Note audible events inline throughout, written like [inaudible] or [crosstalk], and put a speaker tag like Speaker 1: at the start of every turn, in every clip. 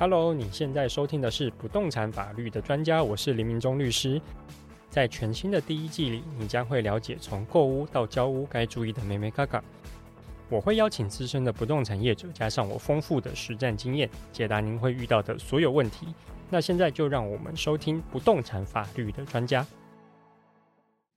Speaker 1: Hello，你现在收听的是不动产法律的专家，我是林明忠律师。在全新的第一季里，你将会了解从购屋到交屋该注意的美美嘎嘎。我会邀请资深的不动产业者，加上我丰富的实战经验，解答您会遇到的所有问题。那现在就让我们收听不动产法律的专家。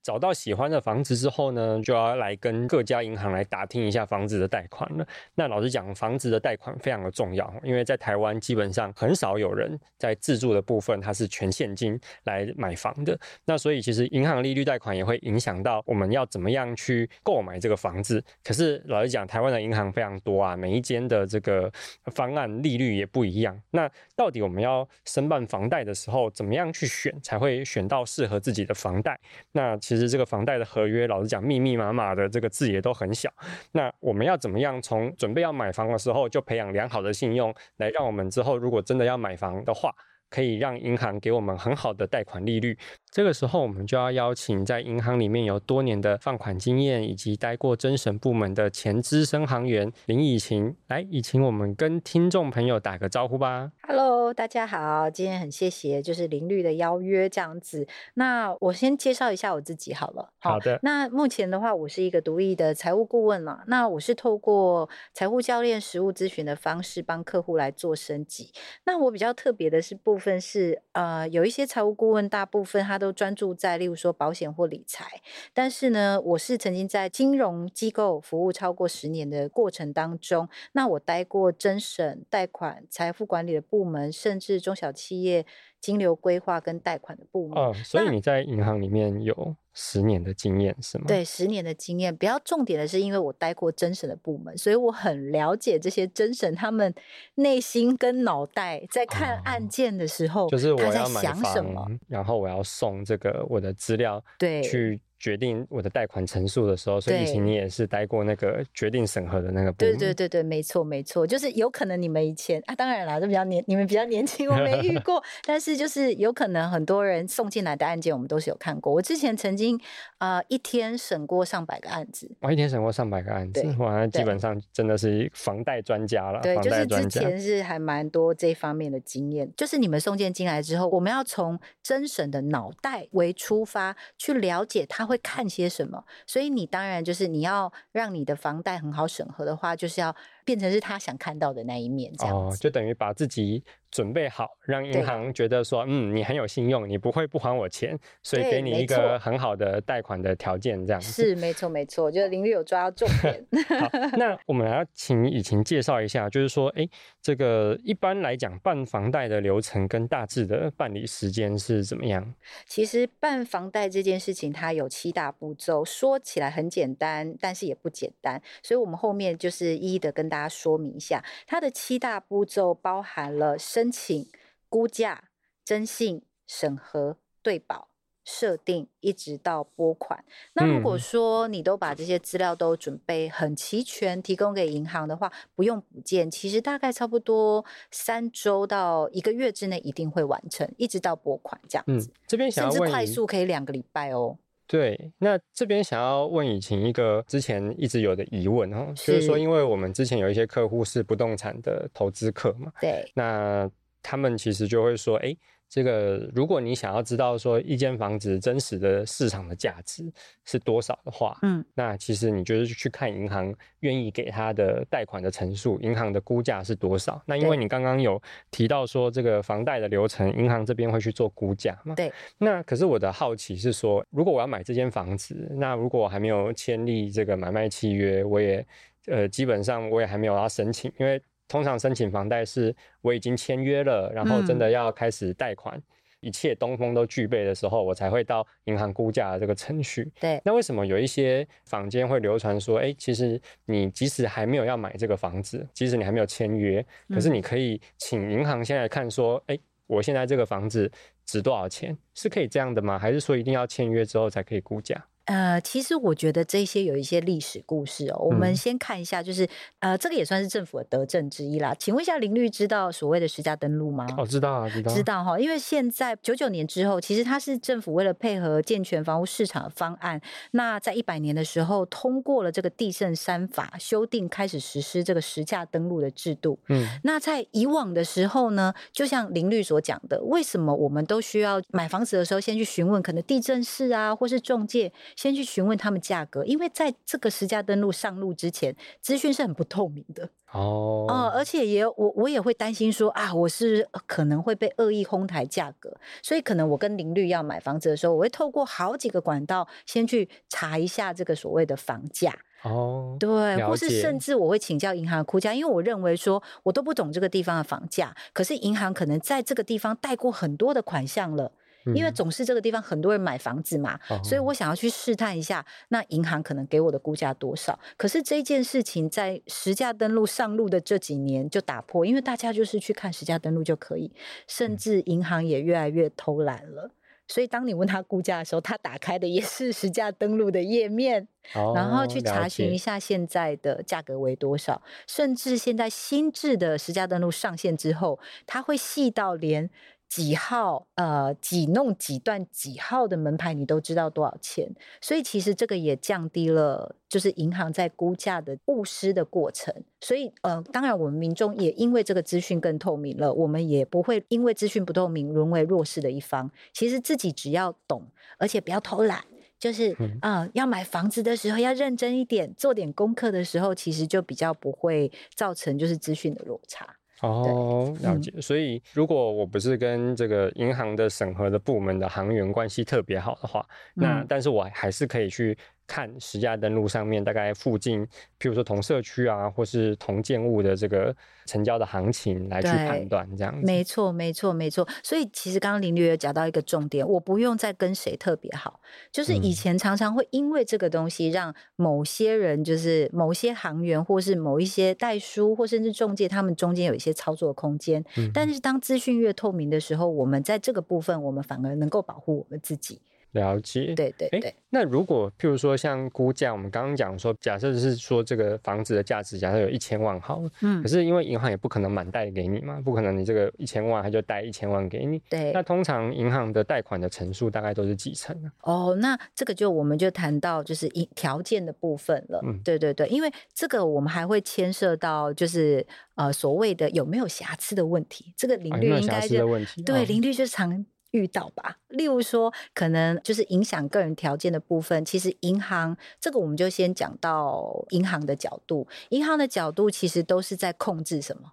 Speaker 1: 找到喜欢的房子之后呢，就要来跟各家银行来打听一下房子的贷款了。那老实讲，房子的贷款非常的重要，因为在台湾基本上很少有人在自住的部分它是全现金来买房的。那所以其实银行利率贷款也会影响到我们要怎么样去购买这个房子。可是老实讲，台湾的银行非常多啊，每一间的这个方案利率也不一样。那到底我们要申办房贷的时候，怎么样去选才会选到适合自己的房贷？那其实这个房贷的合约，老实讲，密密麻麻的这个字也都很小。那我们要怎么样从准备要买房的时候就培养良好的信用，来让我们之后如果真的要买房的话，可以让银行给我们很好的贷款利率。这个时候，我们就要邀请在银行里面有多年的放款经验，以及待过侦审部门的前资深行员林以晴来，以晴，我们跟听众朋友打个招呼吧。
Speaker 2: Hello，大家好，今天很谢谢就是林律的邀约这样子。那我先介绍一下我自己好了。
Speaker 1: 好的
Speaker 2: 那目前的话，我是一个独立的财务顾问啦。那我是透过财务教练实务咨询的方式帮客户来做升级。那我比较特别的是部分是呃，有一些财务顾问，大部分他都专注在例如说保险或理财，但是呢，我是曾经在金融机构服务超过十年的过程当中，那我待过征审、贷款、财富管理的部门，甚至中小企业金流规划跟贷款的部门。
Speaker 1: 嗯，所以
Speaker 2: 那
Speaker 1: 你在银行里面有十年的经验是吗？
Speaker 2: 对，十年的经验，比较重点的是，因为我待过真审的部门，所以我很了解这些真审他们内心跟脑袋在看
Speaker 1: 哦
Speaker 2: 案件的时候，
Speaker 1: 就是我
Speaker 2: 他在
Speaker 1: 要买
Speaker 2: 想什么。
Speaker 1: 房，然后我要送这个我的资料，
Speaker 2: 对
Speaker 1: 去决定我的贷款陈述的时候，所以以前
Speaker 2: 对
Speaker 1: 你也是待过那个决定审核的那个部
Speaker 2: 对
Speaker 1: 门，
Speaker 2: 对对对，没错没错，就是有可能你们以前啊，当然啦，这比较年，你们比较年轻，我没遇
Speaker 1: [laughs]
Speaker 2: 过，但是就是有可能很多人送进来的案件，我们都是有看过。我之前曾经呃一天审过上百个案子，
Speaker 1: 我一天审过上百个案子
Speaker 2: 对，
Speaker 1: 哇，那基
Speaker 2: 对
Speaker 1: 本上真的是房贷专家了，
Speaker 2: 对，
Speaker 1: 房
Speaker 2: 就是
Speaker 1: 贷
Speaker 2: 之
Speaker 1: 专家。
Speaker 2: 前是还蛮多这方面的经验。就是你们送件进来之后，我们要从真审的脑袋为出发，去了解他会看些什么。所以你当然就是你要让你的房贷很好审核的话，就是要变成是他想看到的那一面，这样
Speaker 1: 哦，
Speaker 2: 子。
Speaker 1: 就等于把自己准备好，让
Speaker 2: 对
Speaker 1: 银行觉得说，嗯，你很有信用，你不会不还我钱，所以
Speaker 2: 对
Speaker 1: 给你
Speaker 2: 没
Speaker 1: 一
Speaker 2: 错
Speaker 1: 个很好的贷款的条件，这样子。
Speaker 2: 是没错没错，我觉得林律有抓到重点。
Speaker 1: 好，那我们还要请以晴介绍一下，就是说，哎，这个一般来讲办房贷的流程跟大致的办理时间是怎么样？
Speaker 2: 其实办房贷这件事情，它有七大步骤，说起来很简单，但是也不简单，所以我们后面就是一一的跟大家说明一下。它的七大步骤包含了申请、估价、征信、审核、对保。设定一直到拨款。那如果
Speaker 1: 嗯
Speaker 2: 说你都把这些资料都准备很齐全，提供给银行的话，不用补件，其实大概差不多三周到一个月之内一定会完成，一直到拨款这样
Speaker 1: 嗯
Speaker 2: 子。，
Speaker 1: 这边想要
Speaker 2: 甚至
Speaker 1: 问
Speaker 2: 快
Speaker 1: 你
Speaker 2: 速可以两个礼拜哦。
Speaker 1: 对，那这边想要问以晴一个之前一直有的疑问哦，就是说，
Speaker 2: 是
Speaker 1: 因为我们之前有一些客户是不动产的投资客嘛，
Speaker 2: 对，
Speaker 1: 那他们其实就会说，哎，这个如果你想要知道说一间房子真实的市场的价值是多少的话，
Speaker 2: 嗯，
Speaker 1: 那其实你就是去看银行愿意给他的贷款的陈述，银行的估价是多少。那因为
Speaker 2: 对
Speaker 1: 你刚刚有提到说这个房贷的流程，银行这边会去做估价嘛？
Speaker 2: 对。
Speaker 1: 那可是我的好奇是说，如果我要买这间房子，那如果我还没有签立这个买卖契约，我也呃基本上我也还没有要申请，
Speaker 2: 嗯
Speaker 1: 因为通常申请房贷是我已经签约了，然后真的要开始贷款。一切东风都具备的时候，我才会到银行估价的这个程序。
Speaker 2: 对，
Speaker 1: 那为什么有一些坊间会流传说，哎，其实你即使还没有要买这个房子，即使你还没有签约，可是
Speaker 2: 嗯
Speaker 1: 你可以请银行先来看说，哎，我现在这个房子值多少钱？是可以这样的吗？还是说一定要签约之后才可以估价？
Speaker 2: 呃，其实我觉得这些有一些历史故事哦。我们
Speaker 1: 嗯
Speaker 2: 先看一下，就是呃，这个也算是政府的德政之一啦。请问一下，林律知道所谓的实价登录吗？
Speaker 1: 哦，知道啊，知道，
Speaker 2: 知道哈，因为现在九九年之后，其实它是政府为了配合健全房屋市场的方案，那在一百年的时候通过了这个地震三法修订，开始实施这个实价登录的制度。
Speaker 1: 嗯，
Speaker 2: 那在以往的时候呢，就像林律所讲的，为什么我们都需要买房子的时候先去询问可能地震室啊，或是中介，先去询问他们价格？因为在这个实价登录上路之前，资讯是很不透明的
Speaker 1: 哦，
Speaker 2: 哦、而且也有我我也会担心说啊，我是呃可能会被恶意哄抬价格，所以可能我跟林律要买房子的时候，我会透过好几个管道先去查一下这个所谓的房价。
Speaker 1: 哦，
Speaker 2: 对，或
Speaker 1: 了
Speaker 2: 是
Speaker 1: 解
Speaker 2: 甚至我会请教银行的估价，因为我认为说我都不懂这个地方的房价，可是银行可能在这个地方贷过很多的款项了，因为
Speaker 1: 嗯
Speaker 2: 总是这个地方很多人买房子嘛，所以
Speaker 1: 哦
Speaker 2: 我想要去试探一下，那银行可能给我的估价多少？可是这件事情在实价登录上路的这几年就打破，因为大家就是去看实价登录就可以，
Speaker 1: 嗯
Speaker 2: 甚至银行也越来越偷懒了。所以当你问他估价的时候，他打开的也是实价登录的页面，然后
Speaker 1: 哦
Speaker 2: 去
Speaker 1: 了
Speaker 2: 查询
Speaker 1: 解
Speaker 2: 一下现在的价格为多少，甚至现在新制的实价登录上线之后，它会细到连几号、呃几弄几段几号的门牌你都知道多少钱，所以其实这个也降低了就是银行在估价的误失的过程。所以呃，当然我们民众也因为这个资讯更透明了，我们也不会因为资讯不透明沦为弱势的一方。其实自己只要懂，而且不要偷懒。就是
Speaker 1: 嗯
Speaker 2: 啊、呃要买房子的时候要认真一点，做点功课的时候，其实就比较不会造成就是资讯的落差。
Speaker 1: 哦，了
Speaker 2: 嗯
Speaker 1: 解。所以，如果我不是跟这个银行的审核的部门的行员关系特别好的话，那
Speaker 2: 嗯
Speaker 1: 但是我还是可以去看实价登录上面大概附近，譬如说同社区啊，或是同建物的这个成交的行情来去
Speaker 2: 对
Speaker 1: 判断这样子。
Speaker 2: 没错，没错，没错。所以其实刚刚林律有讲到一个重点，我不用再跟谁特别好，就是
Speaker 1: 嗯
Speaker 2: 以前常常会因为这个东西让某些人，就是某些行员，或是某一些代书，或甚至中介，他们中间有一些操作空间。
Speaker 1: 嗯
Speaker 2: 但是当资讯越透明的时候，我们在这个部分，我们反而能够保护我们自己。
Speaker 1: 了解。
Speaker 2: 对对
Speaker 1: 诶
Speaker 2: 对，
Speaker 1: 那如果譬如说像估价，我们刚刚讲说，假设是说这个房子的价值假设有一千万好了，
Speaker 2: 嗯
Speaker 1: 可，是因为银行也不可能满贷给你嘛，不可能你这个一千万他就贷一千万给你。
Speaker 2: 对
Speaker 1: 那。通常银行的贷款的成数大概都是几成啊呢、
Speaker 2: 哦，那这个就我们就谈到就是一条件的部分了。
Speaker 1: 嗯
Speaker 2: 对对对，因为这个我们还会牵涉到就是呃所谓的有没有瑕疵的问题，这个
Speaker 1: 啊？
Speaker 2: 领
Speaker 1: 有没
Speaker 2: 域
Speaker 1: 有
Speaker 2: 应
Speaker 1: 瑕
Speaker 2: 该
Speaker 1: 疵的
Speaker 2: 就、
Speaker 1: 问题？
Speaker 2: 对
Speaker 1: [laughs] 哦
Speaker 2: 领域就常。遇到吧，例如说，可能就是影响个人条件的部分，其实银行这个我们就先讲到银行的角度，银行的角度其实都是在控制什么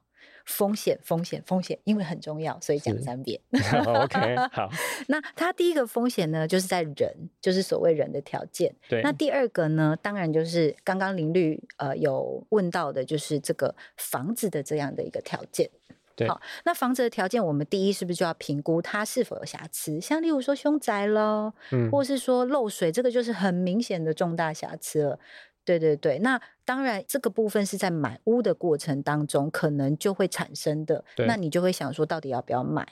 Speaker 2: 风险，风险，风险，因为很重要，所以讲
Speaker 1: 是
Speaker 2: 三遍。
Speaker 1: 哦
Speaker 2: [laughs]
Speaker 1: OK，好，
Speaker 2: 那它第一个风险呢，就是在人，就是所谓人的条件。
Speaker 1: 对，
Speaker 2: 那第二个呢，当然就是刚刚林律呃有问到的，就是这个房子的这样的一个条件。
Speaker 1: 对
Speaker 2: 好，那房子的条件，我们第一是不是就要评估它是否有瑕疵？像例如说凶宅咯，
Speaker 1: 嗯
Speaker 2: 或是说漏水，这个就是很明显的重大瑕疵了。对对对，那当然这个部分是在买屋的过程当中可能就会产生的，
Speaker 1: 对
Speaker 2: 那你就会想说到底要不要买？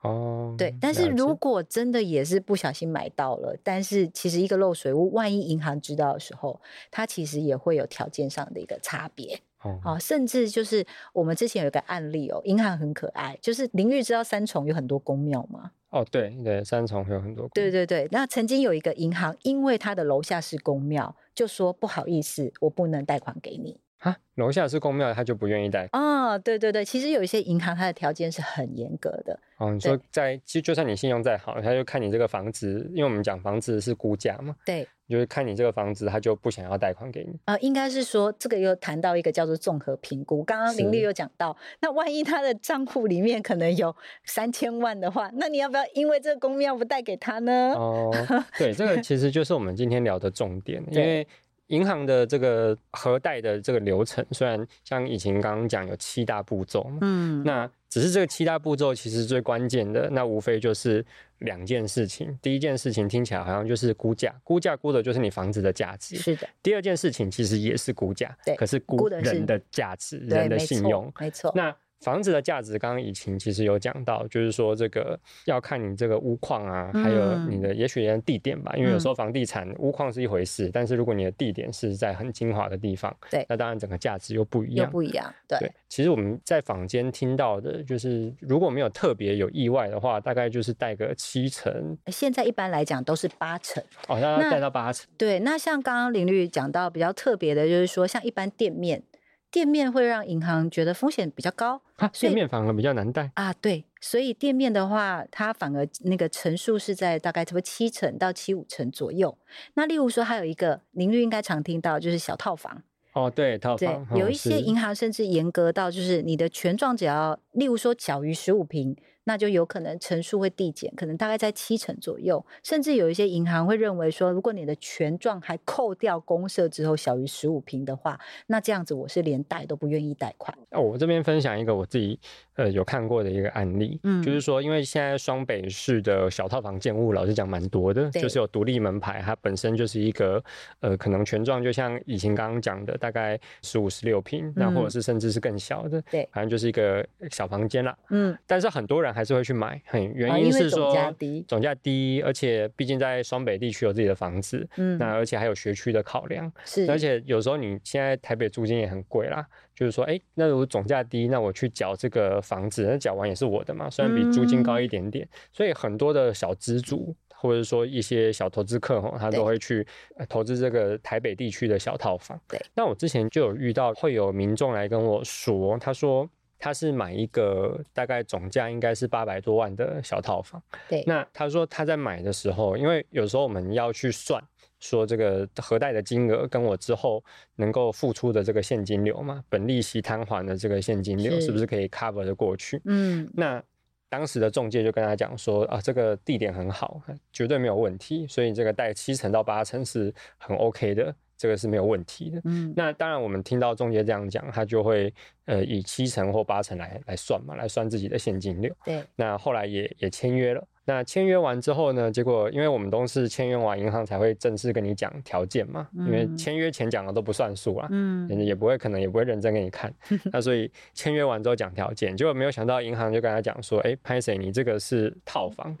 Speaker 1: 哦，
Speaker 2: 对，但是
Speaker 1: 了解
Speaker 2: 如果真的也是不小心买到了，但是其实一个漏水屋，万一银行知道的时候，它其实也会有条件上的一个差别
Speaker 1: 哦，
Speaker 2: 啊，甚至就是我们之前有一个案例哦，银行很可爱，就是林玉知道三重有很多公庙吗？
Speaker 1: 哦，对对，三重会有很多，
Speaker 2: 对，对对，那曾经有一个银行，因为它的楼下是公庙，就说不好意思，我不能贷款给你。
Speaker 1: 啊，楼下是公庙，他就不愿意贷。
Speaker 2: 啊，对对对，其实有一些银行它的条件是很严格的，
Speaker 1: 哦，你说在，其实就算你信用再好，他就看你这个房子，因为我们讲房子是估价嘛，
Speaker 2: 对，
Speaker 1: 就是看你这个房子，他就不想要贷款给你。
Speaker 2: 呃，应该是说这个又谈到一个叫做综合评估。刚刚林律
Speaker 1: 是
Speaker 2: 有讲到，那万一他的账户里面可能有三千万的话，那你要不要因为这个公 [laughs] 庙不带给他呢？
Speaker 1: 哦哦，对，这个其实就是我们今天聊的重点，因
Speaker 2: 对
Speaker 1: 为。银行的这个核贷的这个流程，虽然像以前刚刚讲有七大步骤嘛，
Speaker 2: 嗯，
Speaker 1: 那只是这个七大步骤，其实最关键的，那无非就是两件事情。第一件事情听起来好像就是估价，估价估的就是你房子的价值。
Speaker 2: 是的，
Speaker 1: 第二件事情其实也是估价
Speaker 2: 对，
Speaker 1: 可是
Speaker 2: 估
Speaker 1: 估
Speaker 2: 的是
Speaker 1: 人的价值、
Speaker 2: 对，
Speaker 1: 人的
Speaker 2: 没
Speaker 1: 信
Speaker 2: 错，
Speaker 1: 用。
Speaker 2: 没错，
Speaker 1: 那房子的价值，刚刚以晴其实有讲到，就是说这个要看你这个屋况啊，还有
Speaker 2: 嗯
Speaker 1: 你的也许连地点吧，因为有时候房地产屋况是一回事，但是如果你的地点是在很精华的地方，
Speaker 2: 对
Speaker 1: 那当然整个价值又不一
Speaker 2: 又
Speaker 1: 样。
Speaker 2: 不一样，对，
Speaker 1: 对，其实我们在坊间听到的，就是如果没有特别有意外的话，大概就是带个七成，
Speaker 2: 呃现在一般来讲都是八成。
Speaker 1: 哦，那
Speaker 2: 那
Speaker 1: 要带到八成，
Speaker 2: 对，那像刚刚林律讲到比较特别的，就是说像一般店面，店面会让银行觉得风险比较高
Speaker 1: 啊，
Speaker 2: 所以
Speaker 1: 店面反而比较难带。
Speaker 2: 啊，对，所以店面的话，它反而那个层数是在大概差不多七成到七五成左右。那例如说，还有一个林律应该常听到就是小套房，
Speaker 1: 哦，对，套
Speaker 2: 对
Speaker 1: 房，
Speaker 2: 有一些银
Speaker 1: 行
Speaker 2: 行甚至严格到就是你的权状只要，例如说小于十五平，那就有可能成数会递减，可能大概在七成左右。甚至有一些银行会认为说，如果你的权状还扣掉公社之后小于十五平的话，那这样子我是连贷都不愿意贷款。
Speaker 1: 哦，我这边分享一个我自己呃有看过的一个案例，
Speaker 2: 嗯
Speaker 1: 就是说，因为现在双北市的小套房建物，老实讲蛮多的，
Speaker 2: 对
Speaker 1: 就是有独立门牌，它本身就是一个呃可能权状，就像以前刚刚讲的，大概十五十六平，那或者
Speaker 2: 嗯
Speaker 1: 是甚至是更小的，
Speaker 2: 对
Speaker 1: 反正就是一个呃小房间啦。
Speaker 2: 嗯，
Speaker 1: 但是很多人还是会去买，很
Speaker 2: 啊
Speaker 1: 原
Speaker 2: 因为
Speaker 1: 是
Speaker 2: 总
Speaker 1: 说、
Speaker 2: 价低
Speaker 1: 总价低，而且毕竟在双北地区有自己的房子，[laughs]
Speaker 2: 嗯
Speaker 1: 那而且还有学区的考量，
Speaker 2: 是，
Speaker 1: 而且有时候你现在台北租金也很贵啦，就是说，哎，那如果总价低，那我去缴这个房子，那缴完也是我的嘛，虽然比租金高一点点，
Speaker 2: 嗯
Speaker 1: 所以很多的小资族或者说一些小投资客吼，他
Speaker 2: 对
Speaker 1: 都会去呃投资这个台北地区的小套房。
Speaker 2: 对，
Speaker 1: 那我之前就有遇到会有民众来跟我说，他说。他是买一个大概总价应该是八百多万的小套房，
Speaker 2: 对，
Speaker 1: 那他说他在买的时候，因为有时候我们要去算说这个核贷的金额跟我之后能够付出的这个现金流嘛，本利息摊还的这个现金流
Speaker 2: 是
Speaker 1: 是不是可以 cover 的过去？
Speaker 2: 嗯
Speaker 1: 那当时的中介就跟他讲说啊，这个地点很好，绝对没有问题，所以这个贷七成到八成是很 OK 的，这个是没有问题的。
Speaker 2: 嗯，
Speaker 1: 那当然，我们听到中介这样讲，他就会呃以七成或八成来来算嘛，来算自己的现金流。
Speaker 2: 对，
Speaker 1: 那后来也也签约了。那签约完之后呢？结果因为我们都是签约完，银行才会正式跟你讲条件嘛，因为
Speaker 2: 嗯
Speaker 1: 签约前讲的都不算数啦。
Speaker 2: 嗯
Speaker 1: 人家也不会，可能也不会认真给你看。
Speaker 2: [laughs]
Speaker 1: 那所以签约完之后讲条件，结果没有想到银行就跟他讲说：“哎、拍谁？你这个是套房，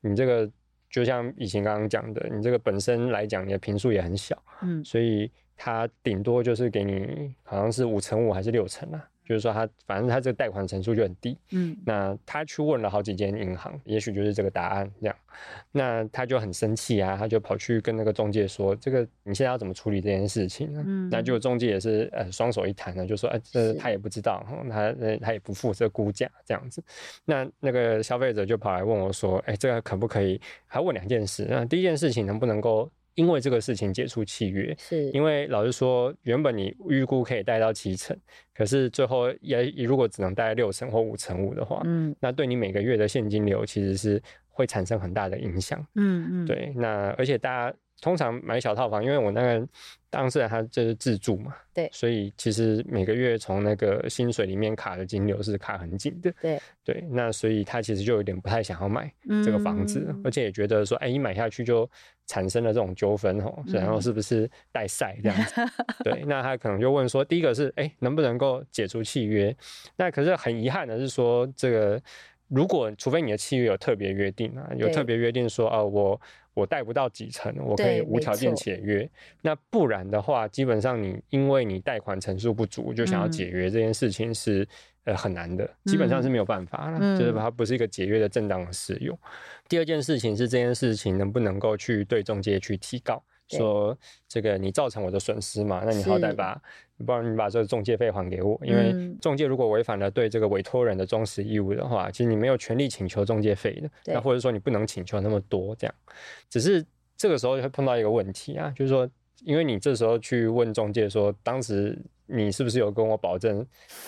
Speaker 1: 你这个就像以前刚刚讲的，你这个本身来讲，你的平数也很小，
Speaker 2: 嗯
Speaker 1: 所以他顶多就是给你好像是五成五还是六成啊，就是说他反正他这个贷款成数就很低。
Speaker 2: 嗯，
Speaker 1: 那他去问了好几间银行，也许就是这个答案这样。那他就很生气啊，他就跑去跟那个中介说：“这个你现在要怎么处理这件事情呢？”
Speaker 2: 嗯
Speaker 1: 那就中介也是呃双手一摊呢，就说：“哎、这
Speaker 2: 是
Speaker 1: 他也不知道，哦他呃他也不负责估价这样子。”那那个消费者就跑来问我说：“哎、这个可不可以？”还问两件事，那第一件事情能不能够因为这个事情解除契约？
Speaker 2: 是，
Speaker 1: 因为老实说，原本你预估可以贷到七成，可是最后也如果只能贷六成或五成五的话，
Speaker 2: 嗯
Speaker 1: 那对你每个月的现金流其实是会产生很大的影响。
Speaker 2: 嗯嗯，，
Speaker 1: 对，那而且大家通常买小套房，因为我那个当事人他就是自住嘛，
Speaker 2: 对
Speaker 1: 所以其实每个月从那个薪水里面卡的金流是卡很紧的。
Speaker 2: 对
Speaker 1: 对，那所以他其实就有点不太想要买这个房子，
Speaker 2: 嗯
Speaker 1: 而且也觉得说，哎，一买下去就产生了这种纠纷哦，然后
Speaker 2: 嗯
Speaker 1: 是不是带赛这样子？对，那他可能就问说，第一个是，哎，能不能够解除契约？那可是很遗憾的是说，这个如果除非你的契约有特别约定啊，有
Speaker 2: 对
Speaker 1: 特别约定说，哦，我我贷不到几成，我可以
Speaker 2: 对
Speaker 1: 无
Speaker 2: 没
Speaker 1: 条件
Speaker 2: 错
Speaker 1: 解约。那不然的话，基本上你因为你贷款成数不足就想要
Speaker 2: 嗯
Speaker 1: 解约这件事情是、呃很难的，基本上是没有办法啦，就是
Speaker 2: 嗯
Speaker 1: 它不是一个解约的正当的使用。第二件事情是这件事情能不能够去对中介去提告，
Speaker 2: 对
Speaker 1: 说这个你造成我的损失嘛，那你好歹
Speaker 2: 是
Speaker 1: 把，不然你把这个中介费还给我，因为
Speaker 2: 嗯
Speaker 1: 中介如果违反了对这个委托人的忠实义务的话，其实你没有权利请求中介费的，
Speaker 2: 对
Speaker 1: 那或者说你不能请求那么多这样。只是这个时候会碰到一个问题啊，就是说，因为你这时候去问中介说，当时你是不是有跟我保证，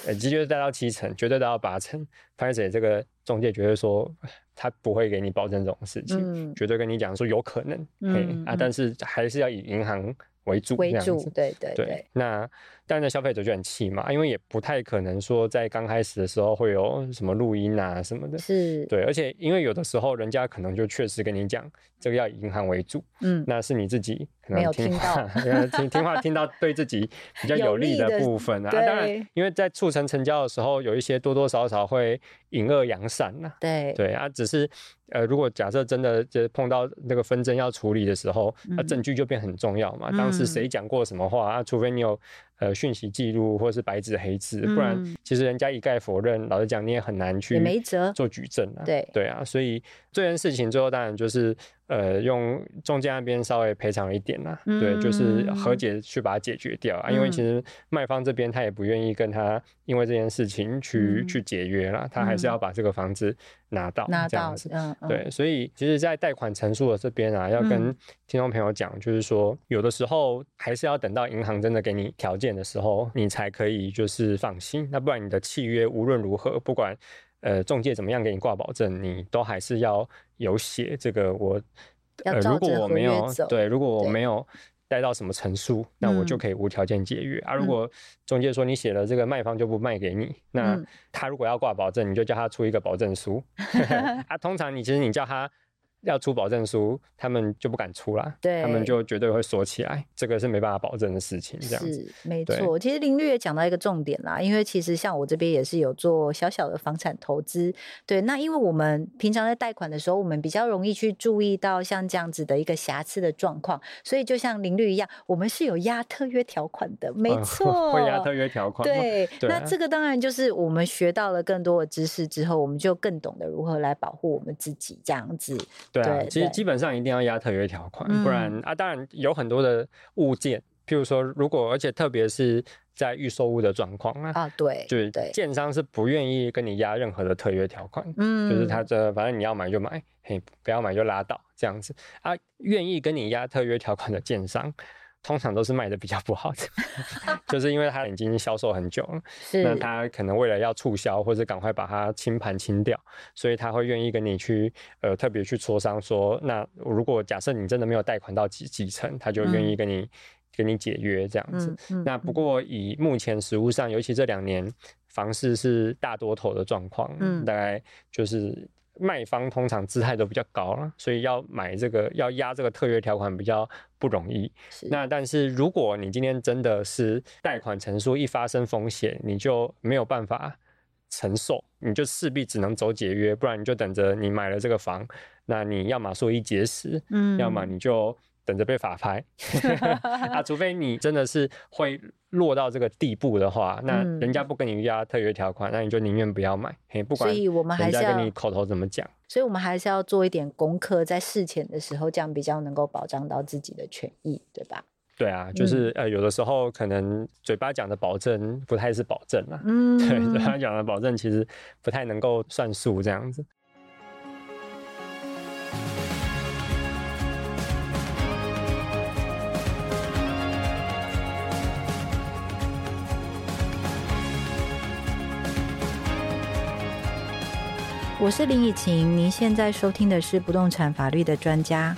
Speaker 1: 呃，绝对贷到七成，绝对贷到八成，拍谁这个中介绝对说呃他不会给你保证这种事情，
Speaker 2: 嗯
Speaker 1: 绝对跟你讲说有可能，嘿
Speaker 2: 嗯
Speaker 1: 啊，
Speaker 2: 嗯
Speaker 1: 但是还是要以银行为主，
Speaker 2: 为
Speaker 1: 这样
Speaker 2: 主
Speaker 1: 子，
Speaker 2: 对对
Speaker 1: 对，
Speaker 2: 对，
Speaker 1: 那当然消费者就很气嘛，因为也不太可能说在刚开始的时候会有什么录音啊什么的。
Speaker 2: 是，
Speaker 1: 对，而且因为有的时候人家可能就确实跟你讲，这个要以银行为主，
Speaker 2: 嗯，
Speaker 1: 那是你自己可
Speaker 2: 没有
Speaker 1: 能听
Speaker 2: 听
Speaker 1: 话 [laughs]
Speaker 2: 到
Speaker 1: 呃听听话听到对自己比较
Speaker 2: 有
Speaker 1: 有利
Speaker 2: 利
Speaker 1: 的
Speaker 2: 的
Speaker 1: 部分啊。啊当
Speaker 2: 对
Speaker 1: 然，因为在促成成交的时候，有一些多多少少会引恶扬善呐、
Speaker 2: 对，
Speaker 1: 对啊，只是呃，如果假设真的就碰到那个纷争要处理的时候，那、
Speaker 2: 嗯
Speaker 1: 证据就变很重要嘛。当时谁讲过什么话、啊？除非你有呃讯息记录或是白纸黑字，不然
Speaker 2: 嗯
Speaker 1: 其实人家一概否认，老实讲你也很难去
Speaker 2: 也没辙
Speaker 1: 做举证啊。
Speaker 2: 对
Speaker 1: 对啊，所以这件事情最后当然就是呃用中间那边稍微赔偿一点啦、对，就是和
Speaker 2: 嗯
Speaker 1: 解去把它解决掉啊。因为其实卖方这边他也不愿意跟他因为这件事情去、
Speaker 2: 嗯
Speaker 1: 去解约啦，他还是
Speaker 2: 嗯
Speaker 1: 要把这个房子拿到
Speaker 2: 拿
Speaker 1: 这样
Speaker 2: 到
Speaker 1: 子，。
Speaker 2: 嗯，嗯，
Speaker 1: 对，所以其实，在贷款陈述的这边啊，要跟
Speaker 2: 嗯
Speaker 1: 听众朋友讲，就是说，有的时候还是要等到银行真的给你条件的时候，你才可以就是放心。那不然你的契约无论如何，不管呃中介怎么样给你挂保证，你都还是要有写这个我
Speaker 2: 要
Speaker 1: 呃，
Speaker 2: 照
Speaker 1: 如果
Speaker 2: 着
Speaker 1: 我
Speaker 2: 合
Speaker 1: 没
Speaker 2: 约
Speaker 1: 有
Speaker 2: 走
Speaker 1: 对，如果我
Speaker 2: 对
Speaker 1: 没有。带到什么陈述，那我就
Speaker 2: 嗯
Speaker 1: 可以无条件解约、啊！如
Speaker 2: 嗯
Speaker 1: 果中介说你写了这个卖方就不卖给你，那
Speaker 2: 嗯
Speaker 1: 他如果要挂保证，你就叫他出一个保证书。 [laughs] 啊，通常你其实你叫他要出保证书，他们就不敢出啦，他们
Speaker 2: 对
Speaker 1: 就绝对会锁起来，这个是没办法保证的事情，这样子。
Speaker 2: 是没
Speaker 1: 对
Speaker 2: 错，其实林律也讲到一个重点啦，因为其实像我这边也是有做小小的房产投资，对，那因为我们平常在贷款的时候，我们比较容易去注意到像这样子的一个瑕疵的状况，所以就像林律一样，我们是有押特约条款的，没
Speaker 1: 嗯 [laughs]
Speaker 2: 错，
Speaker 1: 会压特约条款。
Speaker 2: 对，
Speaker 1: 对
Speaker 2: 那
Speaker 1: 啊
Speaker 2: 这个当然就是我们学到了更多的知识之后，我们就更懂得如何来保护我们自己，这样
Speaker 1: [laughs]
Speaker 2: 子。
Speaker 1: 对啊，
Speaker 2: 对
Speaker 1: 其实
Speaker 2: 对
Speaker 1: 基本上一定要压特约条款，不然
Speaker 2: 嗯
Speaker 1: 啊，当然有很多的物件，譬如说，如果而且特别是在预售物的状况啊，
Speaker 2: 啊，对，
Speaker 1: 就是
Speaker 2: 对，
Speaker 1: 建商是不愿意跟你压任何的特约条款，
Speaker 2: 嗯
Speaker 1: 就是他这反正你要买就买，嘿，不要买就拉倒这样子啊。愿意跟你压特约条款的建商，通常都是卖的比较不好的， [laughs] 就是因为他已经销售很久了，那
Speaker 2: 是
Speaker 1: 他可能为了要促销或者赶快把它清盘清掉，所以他会愿意跟你去呃特别去磋商说，那如果假设你真的没有贷款到几几成，他就愿意跟你、跟你解约这样子。
Speaker 2: 嗯嗯
Speaker 1: 那不
Speaker 2: 嗯
Speaker 1: 过以目前实物上，尤其这两年房市是大多头的状况，
Speaker 2: 嗯
Speaker 1: 大概就是卖方通常姿态都比较高了，所以要买这个要压这个特约条款比较不容易。
Speaker 2: 是
Speaker 1: 那但是如果你今天真的是贷款成数一发生风险，你就没有办法承受，你就势必只能走解约，不然你就等着你买了这个房，那你要么说一节食，
Speaker 2: 嗯
Speaker 1: 要么你就等着被法拍 [laughs]
Speaker 2: [laughs]
Speaker 1: 啊，除非你真的是会落到这个地步的话，那
Speaker 2: 嗯
Speaker 1: 人家不跟你压特约条款，那你就宁愿不要买，嘿，不管
Speaker 2: 所以我们还
Speaker 1: 人
Speaker 2: 是
Speaker 1: 家跟
Speaker 2: 要
Speaker 1: 你口头怎么讲，
Speaker 2: 所以我们还是要做一点功课，在事前的时候，这样比较能够保障到自己的权益，对吧？
Speaker 1: 对啊，
Speaker 2: 嗯
Speaker 1: 就是、呃，有的时候可能嘴巴讲的保证不太是保证啦，[laughs] [laughs]
Speaker 2: 嗯，
Speaker 1: 对，嘴巴讲的保证其实不太能够算数这样子。
Speaker 2: 我是林以晴，您现在收听的是不动产法律的
Speaker 1: [laughs]
Speaker 2: 专家。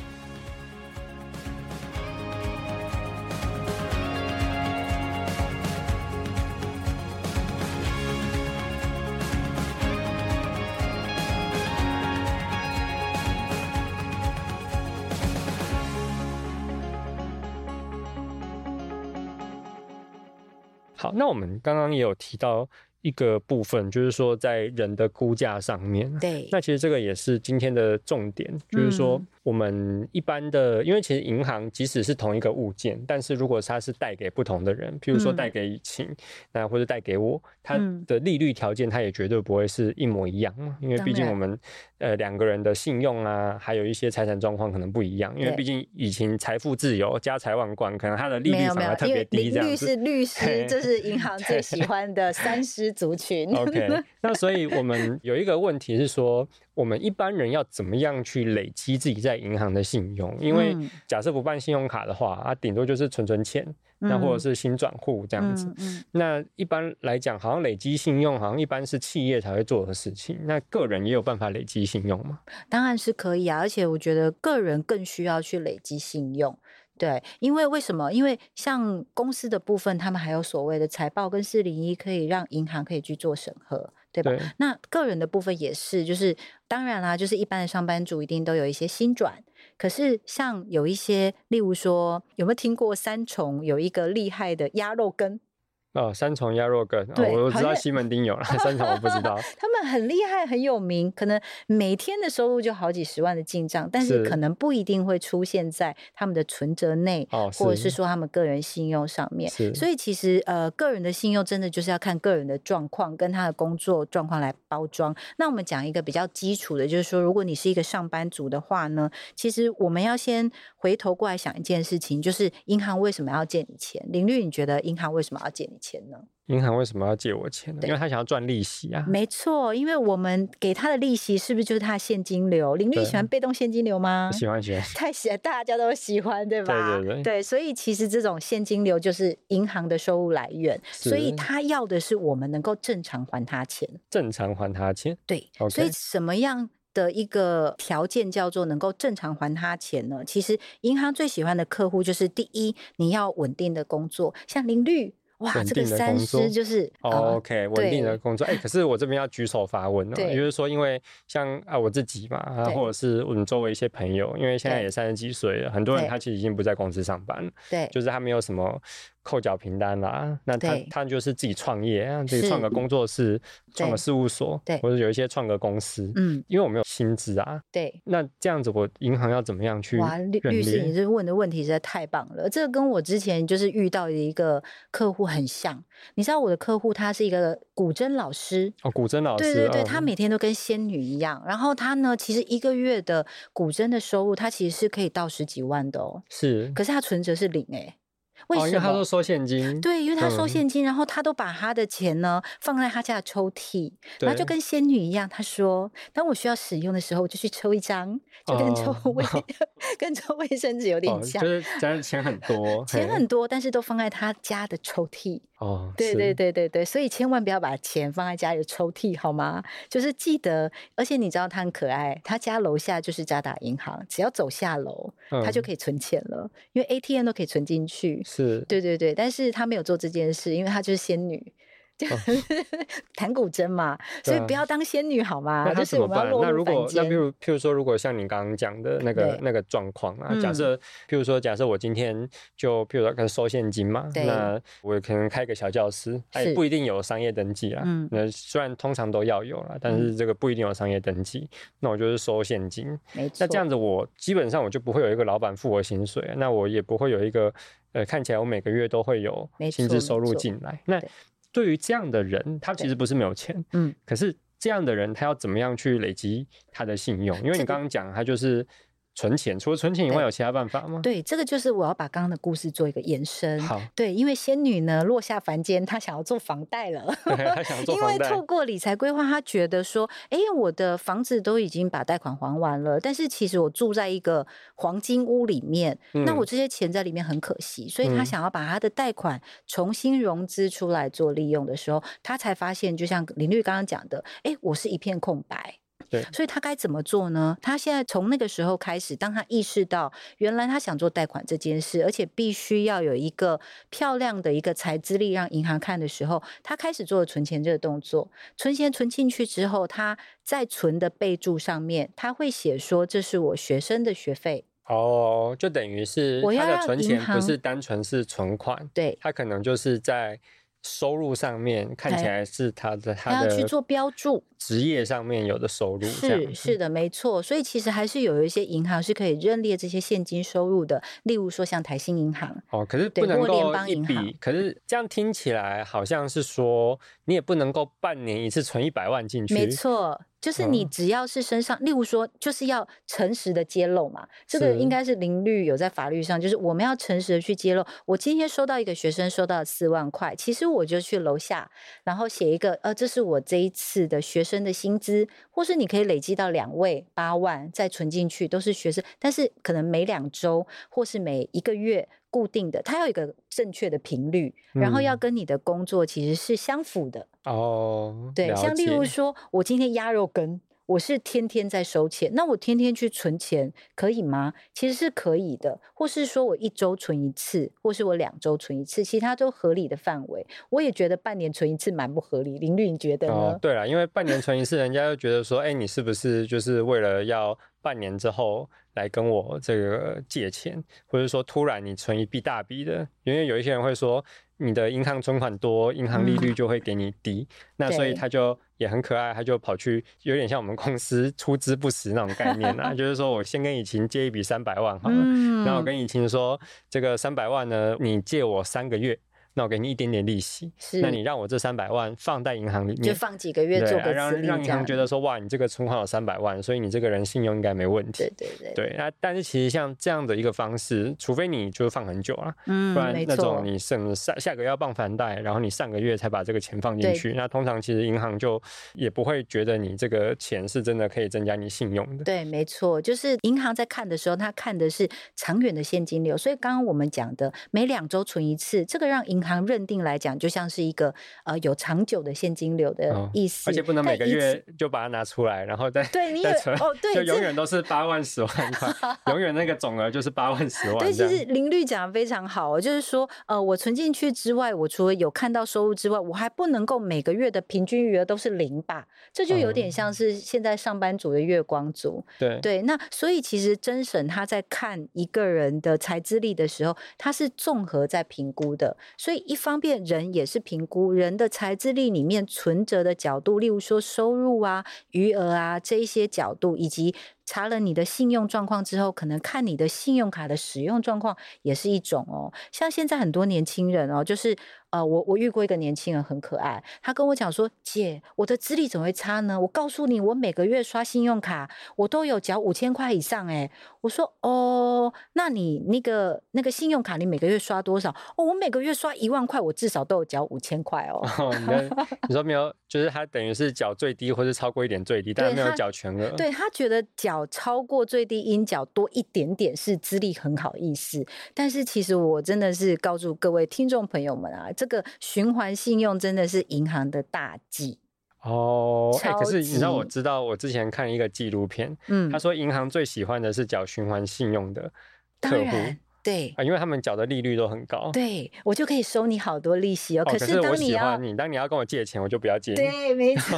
Speaker 1: 好，那我们刚刚也有提到一个部分，就是说在人的估价上面，
Speaker 2: 对，
Speaker 1: 那其实这个也是今天的重点，就是说
Speaker 2: 嗯
Speaker 1: 我们一般的，因为其实银行即使是同一个物件，但是如果它是贷给不同的人，譬如说
Speaker 2: 嗯
Speaker 1: 贷给晴，那或者贷给我，它
Speaker 2: 嗯
Speaker 1: 的利率条件它也绝对不会是一模一样嘛，因为
Speaker 2: 当
Speaker 1: 毕竟
Speaker 2: 然
Speaker 1: 我们呃两个人的信用啊，还有一些财产状况可能不一样，因为
Speaker 2: 对
Speaker 1: 毕竟以前财富自由、家财万贯，可能它的利
Speaker 2: 没
Speaker 1: 率
Speaker 2: 有没
Speaker 1: 反
Speaker 2: 有
Speaker 1: 而，特
Speaker 2: 因
Speaker 1: 别
Speaker 2: 为
Speaker 1: 低，
Speaker 2: 林
Speaker 1: 这样
Speaker 2: 律
Speaker 1: 子
Speaker 2: 师，。律师
Speaker 1: 嘿哦
Speaker 2: 这是
Speaker 1: [laughs]
Speaker 2: 银行最喜欢的三师族群。 [laughs]
Speaker 1: OK，那所以我们有一个问题是说，我们一般人要怎么样去累积自己在银行的信用？因为
Speaker 2: 嗯
Speaker 1: 假设不办信用卡的话，啊，顶多就是存存钱，那或者是新转户这
Speaker 2: 这
Speaker 1: 样子。
Speaker 2: 嗯嗯
Speaker 1: 那一般来讲，好像累积信用，好像一般是企业才会做的事情。那个人也有办法累积信用吗？
Speaker 2: 当然是可以啊，而且我觉得个人更需要去累积信用。对，因为为什么？因为像公司的部分，他们还有所谓的财报跟四零一，可以让银行可以去做审核，对吧？
Speaker 1: 对
Speaker 2: 那个人的部分也是，就是当然啦，就是一般的上班族一定都有一些薪转，可是像有一些，例如说，有没有听过三重有一个厉害的鸭肉羹？
Speaker 1: 哦，三重鸭肉羹，哦
Speaker 2: 对
Speaker 1: 我我知
Speaker 2: 好
Speaker 1: 道
Speaker 2: 像
Speaker 1: 西门町有
Speaker 2: [laughs]
Speaker 1: 了，三重我不知道。
Speaker 2: 他们很厉害，很有名，可能每天的收入就好几十万的进账，但是
Speaker 1: 是
Speaker 2: 可能不一定会出现在他们的存折内， [laughs]
Speaker 1: 哦
Speaker 2: 或者是
Speaker 1: 是
Speaker 2: 说他们个人信用上面。
Speaker 1: 是
Speaker 2: 所以其实呃，个人的信用真的就是要看个人的状况跟他的工作状况来包装。那我们讲一个比较基础的，就是说，如果你是一个上班族的话呢，其实我们要先回头过来想一件事情，就是银行为什么要借你钱？林律，你觉得银行为什么要借你钱呢？
Speaker 1: 银行为什么要借我钱呢？
Speaker 2: 对
Speaker 1: 因为他想要赚利息啊。
Speaker 2: 没错，因为我们给他的利息是不是就是他的现金流？林律
Speaker 1: 对
Speaker 2: 喜欢被动现金流吗？
Speaker 1: 喜欢喜欢，
Speaker 2: 太喜欢，大家都喜欢，对吧？
Speaker 1: 对对对
Speaker 2: 所以其实这种现金流就是银行的收入来源，所以
Speaker 1: 是
Speaker 2: 他要的是我们能够正常还他钱。
Speaker 1: 正常还他钱。
Speaker 2: 对
Speaker 1: OK
Speaker 2: 所以什么样的一个条件叫做能够正常还他钱呢？其实银行最喜欢的客户就是第一，你要稳定的工作，像林律，哇，
Speaker 1: 稳
Speaker 2: 这个
Speaker 1: 定的
Speaker 2: 三
Speaker 1: 工作
Speaker 2: 师就是、呃
Speaker 1: 哦 OK，稳定的
Speaker 2: 对
Speaker 1: 工作。哎、可是我这边要举手发问哦，
Speaker 2: 对
Speaker 1: 也就是说，因为像啊我自己嘛，啊
Speaker 2: 对
Speaker 1: 或者是我们周围一些朋友，因为现在
Speaker 2: 对
Speaker 1: 也三十几岁了，很多人
Speaker 2: 对
Speaker 1: 他其实已经不在公司上班了，
Speaker 2: 对，
Speaker 1: 就是他没有什么扣缴凭单啦，那他
Speaker 2: 对
Speaker 1: 他就是自己创业，啊自己
Speaker 2: 是嗯
Speaker 1: 创个工作室，创个
Speaker 2: 对
Speaker 1: 事务所，
Speaker 2: 对
Speaker 1: 或者有一些创个公司，
Speaker 2: 嗯，
Speaker 1: 因为我没有薪资啊，
Speaker 2: 对。
Speaker 1: 那这样子我银行要怎么样去
Speaker 2: 哇，律
Speaker 1: 认
Speaker 2: 律师，
Speaker 1: 列
Speaker 2: 你这问的问题实在太棒了。这个跟我之前就是遇到的一个客户很像。你知道我的客户他是一个古筝老师，
Speaker 1: 哦，古筝老师，
Speaker 2: 对对对，
Speaker 1: 嗯
Speaker 2: 她每天都跟仙女一样。然后她呢，其实一个月的古筝的收入，她其实是可以到十几万的哦。
Speaker 1: 是
Speaker 2: 可是她存折是零哎、为
Speaker 1: 哦，因为
Speaker 2: 什
Speaker 1: 他
Speaker 2: 么？
Speaker 1: 说收现金，
Speaker 2: 对，因为她收
Speaker 1: 嗯
Speaker 2: 现金，然后她都把她的钱呢放在她家的抽屉，然后就
Speaker 1: 对
Speaker 2: 跟仙女一样。她说，当我需要使用的时候，我就去抽一张，就跟抽
Speaker 1: 哦
Speaker 2: 卫、
Speaker 1: [laughs]
Speaker 2: 跟抽卫生纸有
Speaker 1: 哦
Speaker 2: 点像。
Speaker 1: 就是家钱很多，
Speaker 2: [laughs] 钱
Speaker 1: 嘿
Speaker 2: 很多，但是都放在她家的抽屉。
Speaker 1: 哦，
Speaker 2: 对
Speaker 1: 是
Speaker 2: 对，对对对，所以千万不要把钱放在家里的抽屉，好吗？就是记得，而且你知道他很可爱，他家楼下就是渣打银行，只要走下楼，他
Speaker 1: 嗯
Speaker 2: 就可以存钱了，因为 ATM 都可以存进去。
Speaker 1: 是，
Speaker 2: 对对对，但是他没有做这件事，因为他就是仙女。就 [laughs] 弹古筝嘛，所以
Speaker 1: 哦对啊
Speaker 2: 不要当仙女好吗？
Speaker 1: 那
Speaker 2: 啊就
Speaker 1: 他
Speaker 2: 是
Speaker 1: 怎
Speaker 2: 我
Speaker 1: 么
Speaker 2: 们要
Speaker 1: 办？
Speaker 2: 落
Speaker 1: 那
Speaker 2: 入
Speaker 1: 如
Speaker 2: 凡
Speaker 1: 果那
Speaker 2: 间
Speaker 1: 譬。如譬如说，如果像你刚刚讲的那个
Speaker 2: 对
Speaker 1: 那个状况啊，假
Speaker 2: 嗯
Speaker 1: 设譬如说，假设我今天就譬如说可能收现金嘛，
Speaker 2: 对
Speaker 1: 那我可能开个小教室，
Speaker 2: 是
Speaker 1: 哎，不一定有商业登记啊
Speaker 2: 嗯。
Speaker 1: 那虽然通常都要有啦，但是这个不一定有商业登记，那我就是收现金。
Speaker 2: 没错，
Speaker 1: 那这样子，我基本上我就不会有一个老板付我薪水，那我也不会有一个呃，看起来我每个月都会有
Speaker 2: 没
Speaker 1: 薪
Speaker 2: 错
Speaker 1: 资
Speaker 2: 没
Speaker 1: 收入
Speaker 2: 错
Speaker 1: 进来。那
Speaker 2: 对
Speaker 1: 对于这样的人，他其
Speaker 2: 对
Speaker 1: 实不是没有钱，
Speaker 2: 嗯，
Speaker 1: 可是这样的人他要怎么样去累积他的信用？因为
Speaker 2: 这
Speaker 1: 你
Speaker 2: 个
Speaker 1: 刚刚讲他就是存钱，除了存钱以
Speaker 2: 对
Speaker 1: 外有其他办法吗？
Speaker 2: 对，这个就是我要把刚刚的故事做一个延伸。
Speaker 1: 好，
Speaker 2: 对，因为仙女呢落下凡间，她想要做房贷了。
Speaker 1: [laughs] 他想做
Speaker 2: [laughs] 因
Speaker 1: 房
Speaker 2: 为
Speaker 1: 贷
Speaker 2: 透过理财规划，她觉得说，哎，我的房子都已经把贷款还完了，但是其实我住在一个黄金屋里面，那
Speaker 1: 嗯
Speaker 2: 我这些钱在里面很可惜，所以她
Speaker 1: 嗯
Speaker 2: 想要把她的贷款重新融资出来做利用的时候，她才发现，就像林律刚刚讲的，哎，我是一片空白。
Speaker 1: 对
Speaker 2: 所以他该怎么做呢？他现在从那个时候开始，当他意识到原来他想做贷款这件事，而且必须要有一个漂亮的一个财资力让银行看的时候，他开始做了存钱这个动作。存钱存进去之后，他在存的备注上面，他会写说这是我学生的学费。
Speaker 1: 哦，就等于是
Speaker 2: 我
Speaker 1: 他
Speaker 2: 要
Speaker 1: 的
Speaker 2: 让
Speaker 1: 存
Speaker 2: 银
Speaker 1: 钱不
Speaker 2: 行
Speaker 1: 是单纯是存款，
Speaker 2: 对，
Speaker 1: 他可能就是在收入上面看起
Speaker 2: 对
Speaker 1: 来是他的他
Speaker 2: 他
Speaker 1: 的
Speaker 2: 要去做标注。
Speaker 1: 职业上面有的收入这样嗯
Speaker 2: 是是的，没错。所以其实还是有一些银行是可以认列这些现金收入的，例如说像台新银行。
Speaker 1: 哦，可是
Speaker 2: 对
Speaker 1: 不能
Speaker 2: 或联
Speaker 1: 够
Speaker 2: 邦
Speaker 1: 一
Speaker 2: 银行
Speaker 1: 笔，可是这样听起来好像是说你也不能够半年一次存一百万进去，
Speaker 2: 没错，就是你
Speaker 1: 嗯
Speaker 2: 只要是身上，例如说，就是要诚实的揭露嘛。这个
Speaker 1: 是
Speaker 2: 应该是零律有在法律上，就是我们要诚实的去揭露。我今天收到一个学生收到四万块，其实我就去楼下，然后写一个，呃，这是我这一次的学生的薪资，或是你可以累积到两位八万再存进去，都是学生，但是可能每两周或是每一个月。固定的，它要有一个正确的频率，然后要
Speaker 1: 嗯
Speaker 2: 跟你的工作其实是相符的。
Speaker 1: 哦，
Speaker 2: 对，
Speaker 1: 了
Speaker 2: 像例如
Speaker 1: 解
Speaker 2: 说，我今天鸭肉羹，我是天天在收钱，那我天天去存钱可以吗？其实是可以的，或是说我一周存一次，或是我两周存一次，其他都合理的范围。我也觉得半年存一次蛮不合理，林律你觉得呢？
Speaker 1: 哦，对了，因为半年存一次，人家就觉得说，哎，你是不是就是为了要半年之后来跟我这个借钱，或者说突然你存一笔大笔的？因为有一些人会说，你的银行存款多，银行利率就会给你低，那所以
Speaker 2: 嗯对
Speaker 1: 他就也很可爱，他就跑去有点像我们公司出资不实那种概念
Speaker 2: [laughs]
Speaker 1: 啊，就是说我先跟以晴借一笔三百万好了，
Speaker 2: 嗯
Speaker 1: 然后我跟以晴说，这个三百万呢，你借我三个月。那我给你一点点利息，
Speaker 2: 是
Speaker 1: 那你让我这三百万放在银行里面，
Speaker 2: 就放几个月
Speaker 1: 对
Speaker 2: 做
Speaker 1: 啊
Speaker 2: 个
Speaker 1: 让
Speaker 2: 资历
Speaker 1: 让
Speaker 2: 这
Speaker 1: 银行
Speaker 2: 样。
Speaker 1: 觉得说哇，你这个存款有三百万，所以你这个人信用应该没问
Speaker 2: 对
Speaker 1: 题。
Speaker 2: 对对，
Speaker 1: 对，那但是其实像这样的一个方式，除非你就是放很久啊，
Speaker 2: 嗯，
Speaker 1: 不然
Speaker 2: 没
Speaker 1: 那
Speaker 2: 错
Speaker 1: 种你甚至下下个月要放房贷，然后你上个月才把这个钱放进
Speaker 2: 对
Speaker 1: 去，那通常其实银行就也不会觉得你这个钱是真的可以增加你信用的。
Speaker 2: 对，没错，就是银行在看的时候，他看的是长远的现金流。所以刚刚我们讲的，每两周存一次，这个让银行认定来讲，就像是一个呃有长久的现金流的
Speaker 1: 嗯
Speaker 2: 意思，
Speaker 1: 而且不能
Speaker 2: 但
Speaker 1: 每个
Speaker 2: 以此
Speaker 1: 月就把它拿出来，然后再
Speaker 2: [laughs] 对你
Speaker 1: 再
Speaker 2: 有
Speaker 1: 存
Speaker 2: 哦对
Speaker 1: 就
Speaker 2: 这
Speaker 1: 永远都是八万十万块，永远那个总额就是八万十万。
Speaker 2: 对，
Speaker 1: 这
Speaker 2: 其
Speaker 1: 样。
Speaker 2: 实林律讲的非常好哦，就是说，呃，我存进去之外，我除了有看到收入之外，我还不能够每个月的平均余额都是零吧？这就有
Speaker 1: 哦
Speaker 2: 点像是现在上班族的月光族。
Speaker 1: 对
Speaker 2: 对，那所以其实甄审他在看一个人的财资历的时候，他是综合在评估的。所以一方面人也是评估人的财资历里面存折的角度，例如说收入啊、余额啊这一些角度，以及查了你的信用状况之后，可能看你的信用卡的使用状况也是一种哦。像现在很多年轻人哦，就是呃，我我遇过一个年轻人很可爱，他跟我讲说：“姐，我的资历怎么会差呢？我告诉你，我每个月刷信用卡，我都有缴五千块以上。”哎，我说：“哦，那你那个那个信用卡，你每个月刷多少？哦，我每个月刷一万块，我至少都有缴五千块
Speaker 1: [laughs]
Speaker 2: 哦。”
Speaker 1: 哦，你
Speaker 2: [laughs]
Speaker 1: 的你说没有，就是他等于是缴最低或是超过一点最低，但
Speaker 2: 对
Speaker 1: 是没有
Speaker 2: 他
Speaker 1: 缴全额。
Speaker 2: 对他觉得缴超过最低音缴多一点点是资历很好意思，但是其实我真的是告诉各位听众朋友们啊，这个循环信用真的是银行的大忌。
Speaker 1: 哦，哎、可
Speaker 2: 超
Speaker 1: 是你知道，我
Speaker 2: 级
Speaker 1: 知道，我之前看一个纪录片，
Speaker 2: 嗯
Speaker 1: 他，说银行最喜欢的是缴循环信用的
Speaker 2: 当
Speaker 1: 客户
Speaker 2: 然对
Speaker 1: 啊，因为他们缴的利率都很高。
Speaker 2: 对，我就可以收你好多利息哦。
Speaker 1: 哦，可
Speaker 2: 是
Speaker 1: 我
Speaker 2: 当你
Speaker 1: 喜
Speaker 2: 要
Speaker 1: 欢你，当你要跟我借钱，我就不要借你。
Speaker 2: 对，没
Speaker 1: [laughs]
Speaker 2: 错，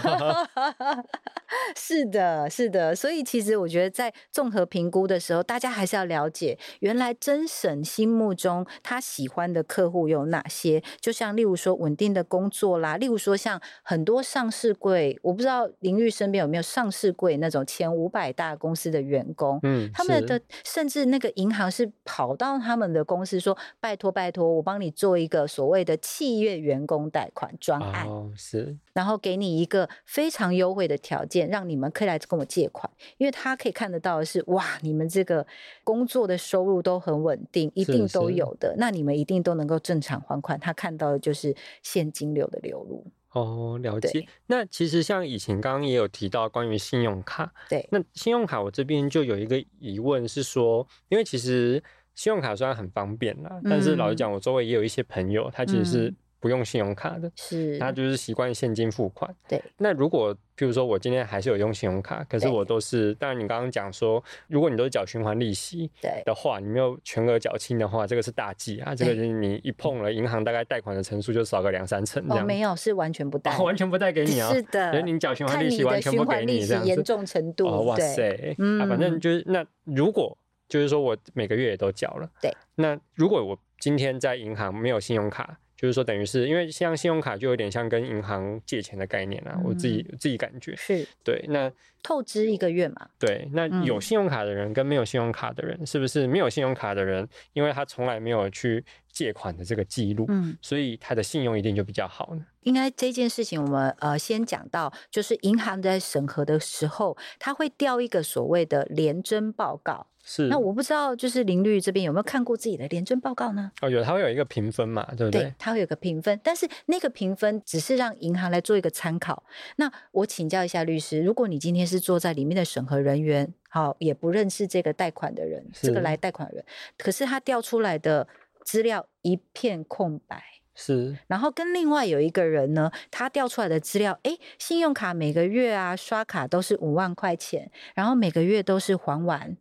Speaker 2: 是的，是的。所以其实我觉得，在综合评估的时候，大家还是要了解，原来真审心目中他喜欢的客户有哪些。就像例如说稳定的工作啦，例如说像很多上市柜，我不知道林玉身边有没有上市柜那种前五百大公司的员工，
Speaker 1: 嗯，
Speaker 2: 他们
Speaker 1: 是
Speaker 2: 的甚至那个银行是跑到他们的公司说：“拜托，拜托，我帮你做一个所谓的契约员工贷款专案。”
Speaker 1: 哦是
Speaker 2: 然后给你一个非常优惠的条件，让你们可以来跟我借款，因为他可以看得到的是，哇，你们这个工作的收入都很稳定，一
Speaker 1: 是
Speaker 2: 定都
Speaker 1: 是
Speaker 2: 有的，那你们一定都能够正常还款。他看到的就是现金流的流入，
Speaker 1: 哦，了
Speaker 2: 对
Speaker 1: 解。那其实像以前刚刚也有提到关于信用卡，
Speaker 2: 对，
Speaker 1: 那信用卡我这边就有一个疑问是说，因为其实信用卡虽然很方便啦，但是老实
Speaker 2: 嗯
Speaker 1: 讲，我周围也有一些朋友，他其实是
Speaker 2: 嗯
Speaker 1: 不用信用卡的，
Speaker 2: 是，
Speaker 1: 他就是习惯现金付款。
Speaker 2: 对，
Speaker 1: 那如果譬如说我今天还是有用信用卡，可是
Speaker 2: 对
Speaker 1: 我都是，当然你刚刚讲说，如果你都是缴循环利息
Speaker 2: 对，
Speaker 1: 的话，你没有全额缴清的话，这个是大忌啊，这个就是你一碰了银行大概贷款的成数就少个两三成这
Speaker 2: 哦，
Speaker 1: 样子。
Speaker 2: 没有，是完全不贷，
Speaker 1: [laughs] 哦，完全不带给你啊、
Speaker 2: 是
Speaker 1: 因为
Speaker 2: 的，
Speaker 1: 你缴循环
Speaker 2: 看
Speaker 1: 利
Speaker 2: 你
Speaker 1: 息完
Speaker 2: 的
Speaker 1: 全
Speaker 2: 循
Speaker 1: 不给
Speaker 2: 环利
Speaker 1: 你
Speaker 2: 息
Speaker 1: 这样子，
Speaker 2: 严重程度，
Speaker 1: 哦，哇
Speaker 2: 对，
Speaker 1: 塞，啊，反正
Speaker 2: 嗯
Speaker 1: 就是那如果就是说我每个月也都缴了，
Speaker 2: 对，
Speaker 1: 那如果我今天在银行没有信用卡。就是说，等于是因为像信用卡就有点像跟银行借钱的概念啊，我自己
Speaker 2: 嗯
Speaker 1: 自己感觉
Speaker 2: 是
Speaker 1: 对。那
Speaker 2: 透支一个月嘛，
Speaker 1: 对，那
Speaker 2: 嗯
Speaker 1: 有信用卡的人跟没有信用卡的人，是不是没有信用卡的人，因为他从来没有去借款的这个记录，
Speaker 2: 嗯。
Speaker 1: 所以他的信用一定就比较好呢？
Speaker 2: 应该这件事情，我们呃先讲到，就是银行在审核的时候，他会调一个所谓的廉征报告。
Speaker 1: 是，
Speaker 2: 那我不知道，就是林律这边有没有看过自己的廉征报告呢？
Speaker 1: 哦有他会有一个评分嘛，对不对？
Speaker 2: 对，它会有个评分，但是那个评分只是让银行来做一个参考。那我请教一下律师，如果你今天是坐在里面的审核人员，好，也不认识这个贷款的人，这个
Speaker 1: 是
Speaker 2: 来贷款的人，可是他调出来的资料一片空白，
Speaker 1: 是
Speaker 2: 然后跟另外有一个人呢，他调出来的资料，诶，信用卡每个月啊刷卡都是五万块钱，然后每个月都是还完。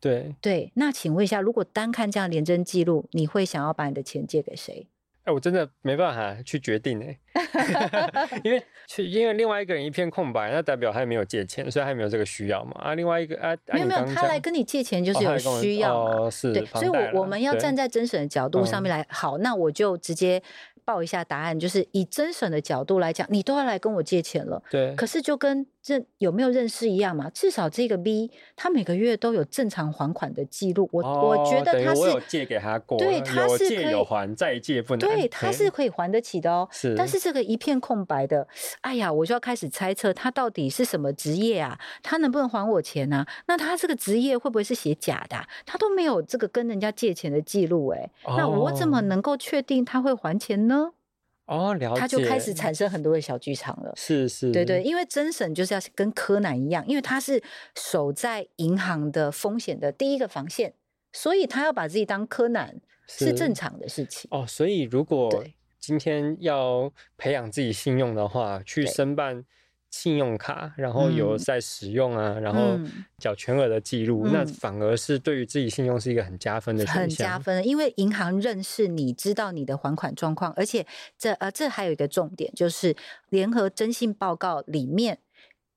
Speaker 1: 对。
Speaker 2: 对，那请问一下，如果单看这样廉征记录，你会想要把你的钱借给谁？
Speaker 1: 哎，我真的没办法去决定
Speaker 2: [laughs]
Speaker 1: 哎， [laughs] 因为去因为另外一个人一片空白，那代表他也没有借钱，所以他也没有这个需要嘛。啊，另外一个啊，啊
Speaker 2: 没有
Speaker 1: 你
Speaker 2: 没有，
Speaker 1: 刚刚
Speaker 2: 他
Speaker 1: 讲
Speaker 2: 来跟你借钱就
Speaker 1: 哦
Speaker 2: 是
Speaker 1: 他
Speaker 2: 有
Speaker 1: 来跟我
Speaker 2: 需要嘛。
Speaker 1: 哦，是
Speaker 2: 对，所以
Speaker 1: 房贷啦
Speaker 2: 我我们要
Speaker 1: 对嗯
Speaker 2: 站在甄审的角度上面来。好，那我就直接报一下答案，就是以甄审的角度来讲，你都要来跟我借钱了。
Speaker 1: 对
Speaker 2: 可是就跟认有没有认识一样嘛，至少这个 B 他每个月都有正常还款的记录，我、我觉
Speaker 1: 哦
Speaker 2: 得
Speaker 1: 等于
Speaker 2: 他
Speaker 1: 我有
Speaker 2: 是
Speaker 1: 借给他过了，
Speaker 2: 对他
Speaker 1: 有
Speaker 2: 是
Speaker 1: 借
Speaker 2: 可
Speaker 1: 有
Speaker 2: 以
Speaker 1: 还，再借不难。
Speaker 2: 对他
Speaker 1: 嘿
Speaker 2: 是可以还得起的哦。
Speaker 1: 是，
Speaker 2: 但是这个一片空白的，哎呀，我就要开始猜测他到底是什么职业啊？他能不能还我钱啊？那他这个职业会不会是写假的啊、他都没有这个跟人家借钱的记录、哎、那我怎么
Speaker 1: 哦
Speaker 2: 能够确定他会还钱呢？
Speaker 1: 哦了解？
Speaker 2: 他就开始产生很多的小剧场了。
Speaker 1: 是是，
Speaker 2: 对对，因为真审就是要跟柯南一样，因为他是守在银行的风险的第一个防线，所以他要把自己当柯南是正常的事情。
Speaker 1: 哦。所以如果
Speaker 2: 对
Speaker 1: 今天要培养自己信用的话，去
Speaker 2: 对
Speaker 1: 申办信用卡，然后有
Speaker 2: 嗯
Speaker 1: 在使用啊，然后
Speaker 2: 嗯
Speaker 1: 缴全额的记录，那
Speaker 2: 嗯
Speaker 1: 反而是对于自己信用是一个很加分的
Speaker 2: 很
Speaker 1: 选项。
Speaker 2: 加分的，因为银行认识你，知道你的还款状况，而且这呃这还有一个重点，就是联合征信报告里面，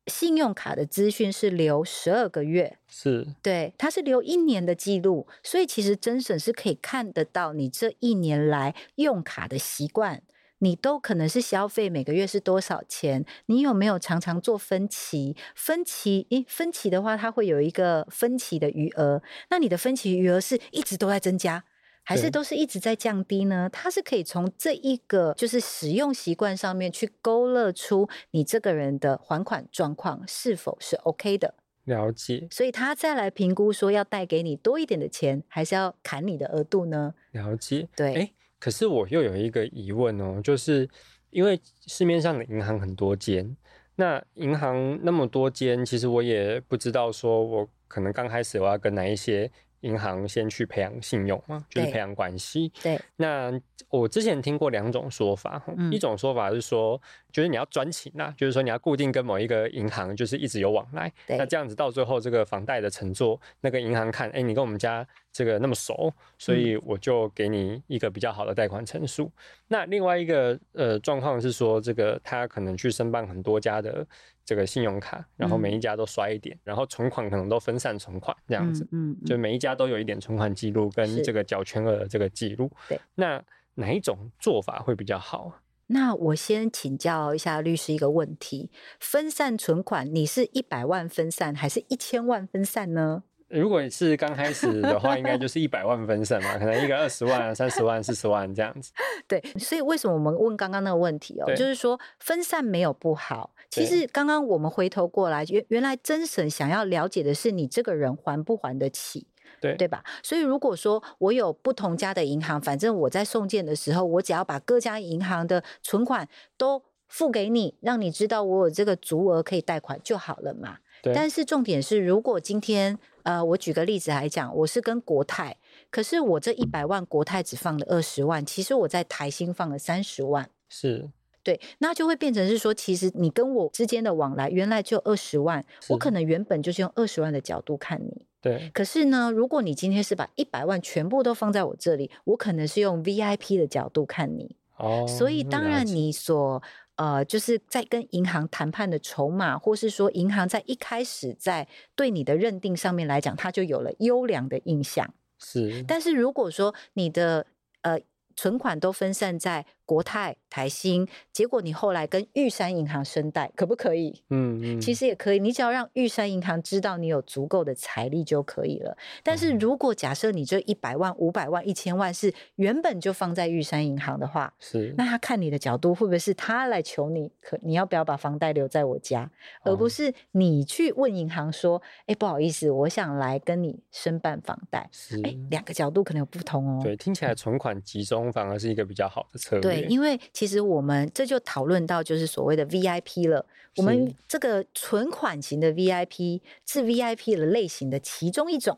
Speaker 2: 信用卡的资讯是留十二个月，
Speaker 1: 是
Speaker 2: 对，它是留一年的记录，所以其实甄审是可以看得到你这一年来用卡的习惯，你都可能是消费每个月是多少钱，你有没有常常做分期？分期，诶，分期的话，它会有一个分期的余额，那你的分期余额是一直都在增加。还
Speaker 1: 对
Speaker 2: 是都是一直在降低呢？它是可以从这一个就是使用习惯上面去勾勒出你这个人的还款状况是否是 OK 的。
Speaker 1: 了解
Speaker 2: 所以他再来评估说要带给你多一点的钱，还是要砍你的额度呢？
Speaker 1: 了解。
Speaker 2: 对，
Speaker 1: 哎，可是我又有一个疑问哦，就是因为市面上的银行很多间，那银行那么多间，其实我也不知道说我可能刚开始我要跟哪一些银行先去培养信用嘛，就是啊
Speaker 2: 对
Speaker 1: 培养关系。
Speaker 2: 对，
Speaker 1: 那我之前听过两种说法，吼
Speaker 2: 嗯
Speaker 1: 一种说法是说，就是你要专情啦，就是说你要固定跟某一个银行就是一直有往来，
Speaker 2: 对
Speaker 1: 那这样子到最后这个房贷的乘坐，那个银行看，哎、你跟我们家这个那么熟，所以
Speaker 2: 嗯
Speaker 1: 我就给你一个比较好的贷款陈述。那另外一个呃状况是说，这个他可能去申办很多家的这个信用卡，然后每一家都刷一点，然后存款可能都分散存款这
Speaker 2: 这
Speaker 1: 样子。，
Speaker 2: 嗯嗯，嗯
Speaker 1: 就每一家都有一点存款记录跟
Speaker 2: 是
Speaker 1: 这个缴全额的这个记录。
Speaker 2: 对，
Speaker 1: 那哪一种做法会比较好啊？
Speaker 2: 那我先请教一下律师一个问题：分散存款，你是一百万分散，还是一千万分散呢？ [laughs]
Speaker 1: 如果是刚开始的话，应该就是 [laughs] 一百万分散嘛，可能一个二十万、三十万、四十万这样子。
Speaker 2: 对，所以为什么我们问刚刚那个问题哦，
Speaker 1: 对
Speaker 2: 就是说分散没有不好。其
Speaker 1: 对
Speaker 2: 实刚刚我们回头过来，原原来真审想要了解的是你这个人还不还得起。
Speaker 1: 对
Speaker 2: 对吧？所以如果说我有不同家的银行，反正我在送件的时候，我只要把各家银行的存款都付给你，让你知道我有这个足额可以贷款就好了嘛。
Speaker 1: 对
Speaker 2: 但是重点是，如果今天呃，我举个例子来讲，我是跟国泰，可是我这一百万国泰只放了二十万，其实我在台新放了三十万。
Speaker 1: 是
Speaker 2: 对，那就会变成是说，其实你跟我之间的往来原来就二十万，我
Speaker 1: 是
Speaker 2: 可能原本就是用二十万的角度看你，
Speaker 1: 对
Speaker 2: 可是呢，如果你今天是把一百万全部都放在我这里，我可能是用 VIP 的角度看你，
Speaker 1: 哦，
Speaker 2: 所以当然
Speaker 1: 了解
Speaker 2: 你所呃，就是在跟银行谈判的筹码，或是说银行在一开始在对你的认定上面来讲，它就有了优良的印象。
Speaker 1: 是
Speaker 2: 但是如果说你的呃存款都分散在国泰、台新，结果你后来跟玉山银行申贷，可不可以？
Speaker 1: 嗯嗯，
Speaker 2: 其实也可以，你只要让玉山银行知道你有足够的财力就可以了。但
Speaker 1: 嗯
Speaker 2: 是如果假设你这一百万、五百万、一千万是原本就放在玉山银行的话，
Speaker 1: 是
Speaker 2: 那他看你的角度会不会是他来求你，可你要不要把房贷留在我家，而不
Speaker 1: 哦
Speaker 2: 是你去问银行说，哎，不好意思，我想来跟你申办房贷。
Speaker 1: 是
Speaker 2: 哎，两个角度可能有不同哦。
Speaker 1: 对，听起来存款集中反而是一个比较好的策略。
Speaker 2: 对，因为其实我们这就讨论到就是所谓的 VIP 了。我们
Speaker 1: 是
Speaker 2: 这个存款型的 VIP 是 VIP 的类型的其中一种，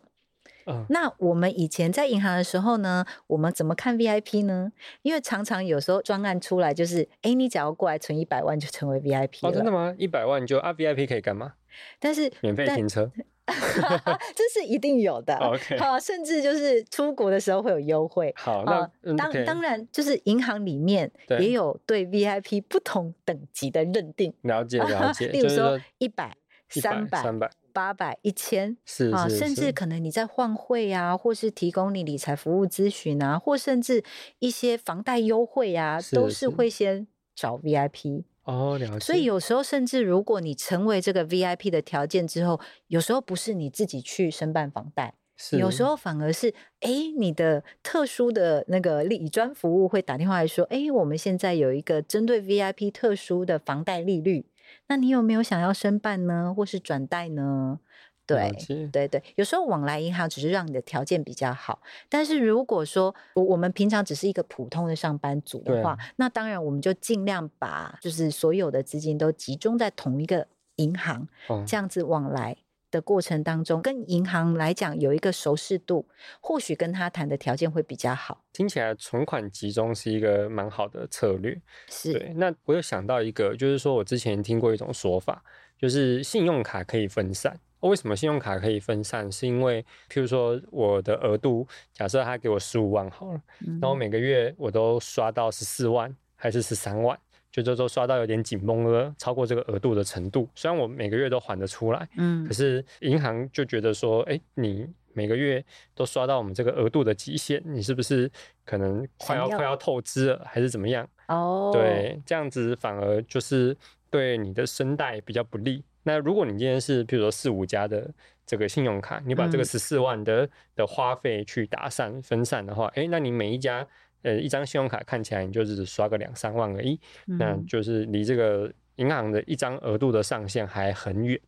Speaker 1: 嗯
Speaker 2: 那我们以前在银行的时候呢，我们怎么看 VIP 呢？因为常常有时候专案出来就是，哎，你只要过来存一百万就成为 VIP
Speaker 1: 哦，真的
Speaker 2: 了。
Speaker 1: 吗？一百万就啊 VIP 可以干嘛？
Speaker 2: 但是
Speaker 1: 免费 [laughs]
Speaker 2: 但
Speaker 1: 停车。
Speaker 2: 这是一定有的。
Speaker 1: OK
Speaker 2: [laughs] 好，甚至就是出国的时候会有优惠。
Speaker 1: 好，
Speaker 2: 啊
Speaker 1: 那、嗯
Speaker 2: 当
Speaker 1: OK
Speaker 2: 当然，就是银行里面
Speaker 1: 对
Speaker 2: 也有对 VIP 不同等级的认定，
Speaker 1: 了解
Speaker 2: [laughs]
Speaker 1: 了解，
Speaker 2: 例
Speaker 1: 就
Speaker 2: 如
Speaker 1: 是
Speaker 2: 说
Speaker 1: 说
Speaker 2: 一百、三
Speaker 1: 三
Speaker 2: 百、
Speaker 1: 三百
Speaker 2: 八百、一千
Speaker 1: 是
Speaker 2: 啊，
Speaker 1: 是
Speaker 2: 甚至
Speaker 1: 是
Speaker 2: 可能你在换汇啊，或是提供你理财服务咨询啊，或甚至一些房贷优惠啊，都
Speaker 1: 是
Speaker 2: 是
Speaker 1: 是
Speaker 2: 会先找 VIP。
Speaker 1: 哦了解，
Speaker 2: 所以有时候甚至如果你成为这个 VIP 的条件之后，有时候不是你自己去申办房贷。
Speaker 1: 是
Speaker 2: 有时候反而是，哎，你的特殊的那个理专服务会打电话来说，哎，我们现在有一个针对 VIP 特殊的房贷利率，那你有没有想要申办呢，或是转贷呢？
Speaker 1: 了
Speaker 2: 对，
Speaker 1: 解
Speaker 2: 对对，有时候往来银行只是让你的条件比较好，但是如果说我我们平常只是一个普通的上班族
Speaker 1: 对
Speaker 2: 的
Speaker 1: 啊
Speaker 2: 话，那当然我们就尽量把就是所有的资金都集中在同一个银行，
Speaker 1: 哦
Speaker 2: 这样子往来的过程当中，跟银行来讲有一个熟识度，或许跟他谈的条件会比较好。
Speaker 1: 听起来存款集中是一个蛮好的策略。
Speaker 2: 是，
Speaker 1: 对，那我有想到一个，就是说我之前听过一种说法，就是信用卡可以分散。哦为什么信用卡可以分散？是因为，譬如说我的额度，假设他给我十五万好了，
Speaker 2: 嗯
Speaker 1: 然后每个月我都刷到十四万还是十三万，就这都刷到有点紧绷了，超过这个额度的程度。虽然我每个月都还得出来，
Speaker 2: 嗯
Speaker 1: 可是银行就觉得说，哎，你每个月都刷到我们这个额度的极限，你是不是可能快
Speaker 2: 想
Speaker 1: 要
Speaker 2: 要
Speaker 1: 快要透支了，还是怎么样？
Speaker 2: 哦，，
Speaker 1: 对，这样子反而就是对你的声带比较不利。那如果你今天是比如说四五家的这个信用卡，你把这个
Speaker 2: 嗯
Speaker 1: 十四万的的花费去打散分散的话，哎，那你每一家呃一张信用卡看起来你就只刷个两三万而已，那
Speaker 2: 嗯、
Speaker 1: 就是离这个银行的一张额度的上限还很远。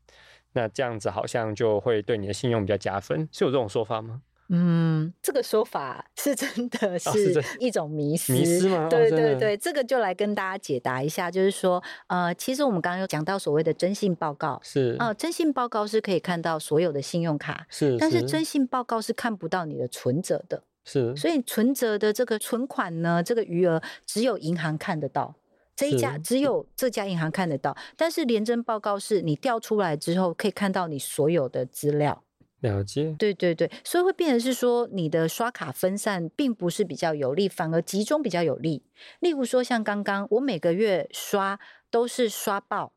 Speaker 1: 那这样子好像就会对你的信用比较加分，是有这种说法吗？
Speaker 2: 嗯，这个说法是真的
Speaker 1: 哦是这
Speaker 2: 是一种迷思，
Speaker 1: 迷思吗？哦
Speaker 2: 对
Speaker 1: 真
Speaker 2: 对
Speaker 1: 的
Speaker 2: 对，这个就来跟大家解答一下，就是说，呃，其实我们刚刚有讲到所谓的征信报告，
Speaker 1: 是
Speaker 2: 呃，征信报告是可以看到所有的信用卡，
Speaker 1: 是，
Speaker 2: 但是征信报告是看不到你的存折的，
Speaker 1: 是
Speaker 2: 所以存折的这个存款呢，这个余额只有银行看得到。这一家
Speaker 1: 是
Speaker 2: 只有这家银行看得到，但是廉征报告是你调出来之后可以看到你所有的资料。
Speaker 1: 了解，
Speaker 2: 对对对，所以会变成是说，你的刷卡分散并不是比较有利，反而集中比较有利。例如说，像刚刚我每个月刷都是刷爆，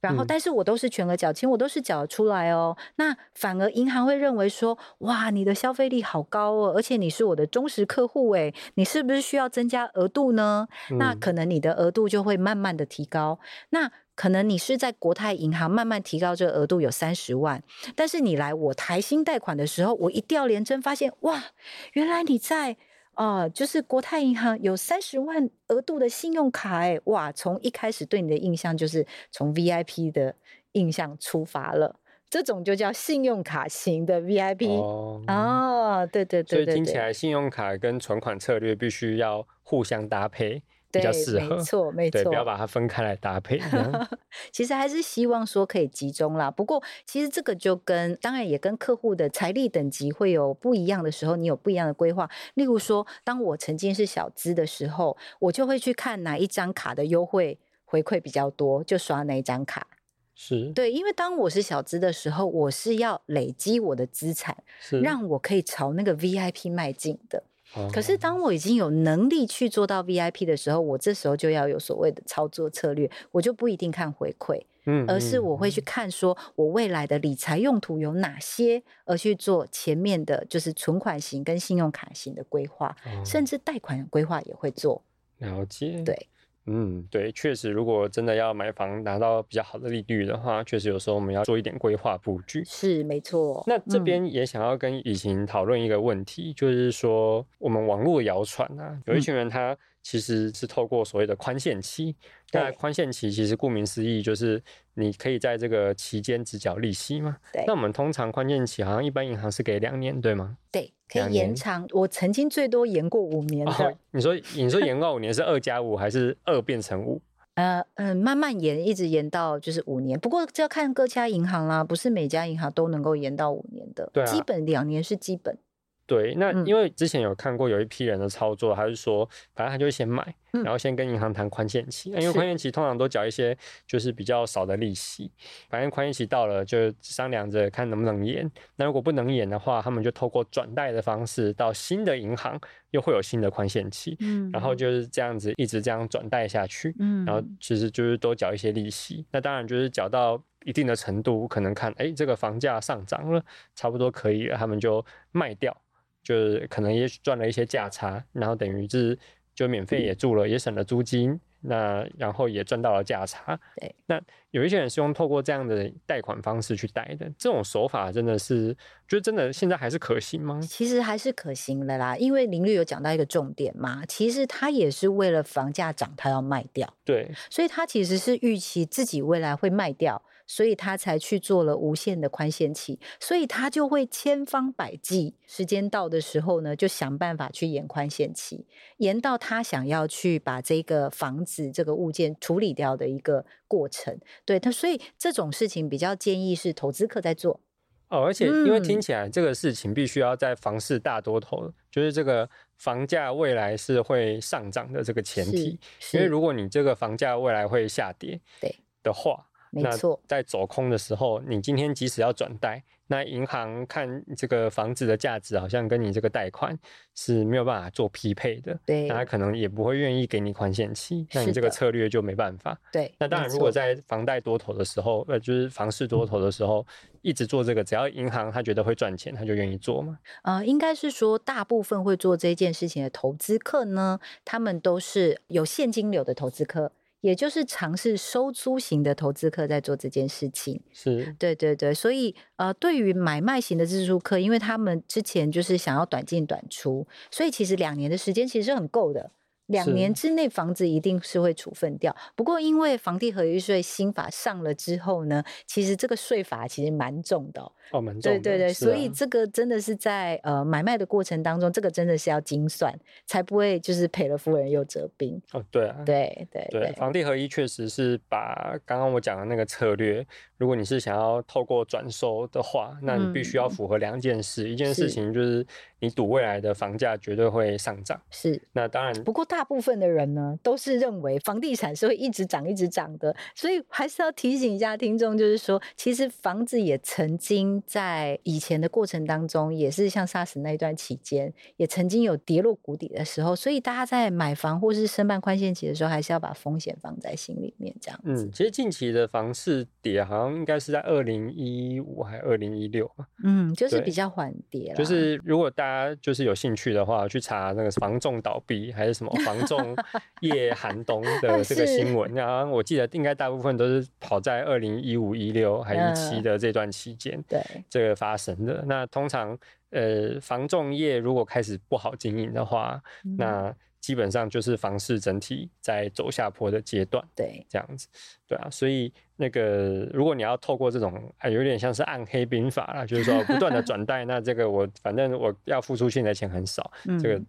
Speaker 2: 然后
Speaker 1: 嗯
Speaker 2: 但是我都是全额缴清，我都是缴出来哦。那反而银行会认为说，哇，你的消费力好高哦，而且你是我的忠实客户诶，你是不是需要增加额度呢？那
Speaker 1: 嗯
Speaker 2: 可能你的额度就会慢慢的提高。那可能你是在国泰银行慢慢提高这个额度有三十万，但是你来我台新贷款的时候，我一调连征发现，哇，原来你在呃，就是国泰银行有三十万额度的信用卡、哎，哇，从一开始对你的印象就是从 VIP 的印象出发了，这种就叫信用卡型的 VIP。
Speaker 1: 哦
Speaker 2: 哦，对对
Speaker 1: 所
Speaker 2: 对
Speaker 1: 以
Speaker 2: 对
Speaker 1: 听起
Speaker 2: 对，
Speaker 1: 来信用卡跟存款策略必须要互相搭配，比较
Speaker 2: 对
Speaker 1: 适合
Speaker 2: 没。错没
Speaker 1: 对，
Speaker 2: 错，
Speaker 1: 不要把它分开来搭配。这样
Speaker 2: [laughs] 其实还是希望说可以集中啦。不过其实这个就跟当然也跟客户的财力等级会有不一样的时候，你有不一样的规划。例如说，当我曾经是小资的时候，我就会去看哪一张卡的优惠回馈比较多，就刷哪一张卡。
Speaker 1: 是
Speaker 2: 对，因为当我是小资的时候，我是要累积我的资产，
Speaker 1: 是。
Speaker 2: 让我可以朝那个 VIP 迈进的。可是
Speaker 1: 嗯哦
Speaker 2: 当我已经有能力去做到 VIP 的时候，我这时候就要有所谓的操作策略，我就不一定看回馈。
Speaker 1: 嗯
Speaker 2: 而是
Speaker 1: 嗯
Speaker 2: 我会去看说我未来的理财用途有哪些，而去做前面的就是存款型跟信用卡型的规划，
Speaker 1: 哦
Speaker 2: 甚至贷款规划也会做。
Speaker 1: 了解，
Speaker 2: 对，
Speaker 1: 嗯，对，确实，如果真的要买房拿到比较好的利率的话，确实有时候我们要做一点规划布局。
Speaker 2: 是没错。
Speaker 1: 那这
Speaker 2: 嗯
Speaker 1: 边也想要跟以晴讨论一个问题，就是说我们网络谣传啊，有一
Speaker 3: 嗯
Speaker 1: 群人他其实是透过所谓的宽限期，那
Speaker 2: 对
Speaker 1: 宽限期其实顾名思义就是你可以在这个期间只缴利息嘛。
Speaker 2: 对
Speaker 1: 那我们通常宽限期好像一般银行是给两年，对吗？
Speaker 2: 对可
Speaker 1: 两
Speaker 2: 以延
Speaker 1: 年
Speaker 2: 长，我曾
Speaker 1: 哦
Speaker 2: 经最多延过五年的。
Speaker 1: 哦，你说你说延到五年是二加五还是二变成五？
Speaker 2: 呃嗯，慢慢延，一直延到就是五年。不过这要看各家银行啦，不是每家银行都能够延到五年的。
Speaker 1: 对
Speaker 2: 基
Speaker 1: 啊
Speaker 2: 本两年是基本。
Speaker 1: 对，那
Speaker 2: 嗯
Speaker 1: 因为之前有看过有一批人的操作，他是说，反正他就先买，
Speaker 2: 嗯
Speaker 1: 然后先跟银行谈宽限期，那因为
Speaker 2: 是
Speaker 1: 宽限期通常都缴一些就是比较少的利息，反正宽限期到了就商量着看能不能延。那如果不能延的话，他们就透过转贷的方式到新的银行，又会有新的宽限期，
Speaker 2: 嗯
Speaker 1: 然后就是这样子一直这样转贷下去。
Speaker 2: 嗯
Speaker 1: 然后其实就是多缴一些利息。那当然就是缴到一定的程度，可能看哎这个房价上涨了，差不多可以了，他们就卖掉，就是可能也许赚了一些价差，然后等于是就免费也住了，也省了租金。那然后也赚到了价差。
Speaker 2: 对，
Speaker 1: 那有一些人是用透过这样的贷款方式去贷的，这种手法真的是，就真的现在还是可行吗？
Speaker 2: 其实还是可行的啦，因为林律有讲到一个重点嘛，其实他也是为了房价涨，他要卖掉，
Speaker 1: 对，
Speaker 2: 所以他其实是预期自己未来会卖掉，所以他才去做了无限的宽限期，所以他就会千方百计，时间到的时候呢，就想办法去延宽限期，延到他想要去把这个房子这个物件处理掉的一个过程。对他，所以这种事情比较建议是投资客在做，
Speaker 1: 哦，而且因为
Speaker 2: 嗯
Speaker 1: 听起来这个事情必须要在房市大多头，就是这个房价未来是会上涨的这个前
Speaker 2: 是
Speaker 1: 提，
Speaker 2: 是
Speaker 1: 因为如果你这个房价未来会下跌，
Speaker 2: 对
Speaker 1: 的话，
Speaker 2: 没
Speaker 1: 那
Speaker 2: 错。
Speaker 1: 在走空的时候，你今天即使要转贷，那银行看这个房子的价值好像跟你这个贷款是没有办法做匹配的，
Speaker 2: 对
Speaker 1: 那他可能也不会愿意给你宽限期，那
Speaker 2: 是
Speaker 1: 你这个
Speaker 2: 的
Speaker 1: 策略就没办法。
Speaker 2: 对，
Speaker 1: 那当
Speaker 2: 没
Speaker 1: 然，如果
Speaker 2: 错
Speaker 1: 在房贷多头的时候，呃，就是房市多头的时候，一直做这个，只要银行他觉得会赚钱，他就愿意做嘛。
Speaker 2: 呃，应该是说大部分会做这件事情的投资客呢，他们都是有现金流的投资客，也就是尝试收租型的投资客在做这件事情。
Speaker 1: 是，
Speaker 2: 对对对，所以呃，对于买卖型的自助客，因为他们之前就是想要短进短出，所以其实两年的时间其实是很够的。两
Speaker 1: 是
Speaker 2: 年之内，房子一定是会处分掉。不过，因为房地合一税新法上了之后呢，其实这个税法其实蛮重的、哦，
Speaker 1: 哦，蛮重
Speaker 2: 对
Speaker 1: 的。
Speaker 2: 对对，
Speaker 1: 是
Speaker 2: 所
Speaker 1: 啊
Speaker 2: 以这个真的是在呃买卖的过程当中，这个真的是要精算，才不会就是赔了夫人又折兵。
Speaker 1: 哦，对啊，
Speaker 2: 对对
Speaker 1: 对，
Speaker 2: 对，
Speaker 1: 房地合一确实是把刚刚我讲的那个策略，如果你是想要透过转售的话，那你必须要
Speaker 2: 嗯
Speaker 1: 符合两件事，一件事
Speaker 2: 是
Speaker 1: 情就是你赌未来的房价绝对会上涨，
Speaker 2: 是。
Speaker 1: 那当然
Speaker 2: 不过大部分的人呢，都是认为房地产是会一直涨、一直涨的，所以还是要提醒一下听众，就是说，其实房子也曾经在以前的过程当中，也是像 SARS 那一段期间，也曾经有跌落谷底的时候，所以大家在买房或是申办宽限期的时候，还是要把风险放在心里面，这样子。
Speaker 1: 嗯，其实近期的房市跌好像应该是在二零一五还二零一六吧。
Speaker 2: 嗯，就是
Speaker 1: 对
Speaker 2: 比较缓跌啦，
Speaker 1: 就是如果大家就是有兴趣的话，去查那个房仲倒闭还是什么房
Speaker 2: [laughs]
Speaker 1: 仲夜寒冬
Speaker 2: 哦
Speaker 1: 的这个新闻，然后我记得应该大部分都是跑在二零一五、一六还一七
Speaker 2: 嗯
Speaker 1: 的这段期间，
Speaker 2: 对，
Speaker 1: 这个发生的。那通常呃，房仲业如果开始不好经营的话，
Speaker 2: 嗯
Speaker 1: 那基本上就是房市整体在走下坡的阶段。
Speaker 2: 对
Speaker 1: 这样子，对啊，所以那个如果你要透过这种，哎，有点像是暗黑兵法啦，就是说不断的转
Speaker 2: [laughs]
Speaker 1: 贷，那这个我反正我要付出现在钱很少，这个
Speaker 2: 嗯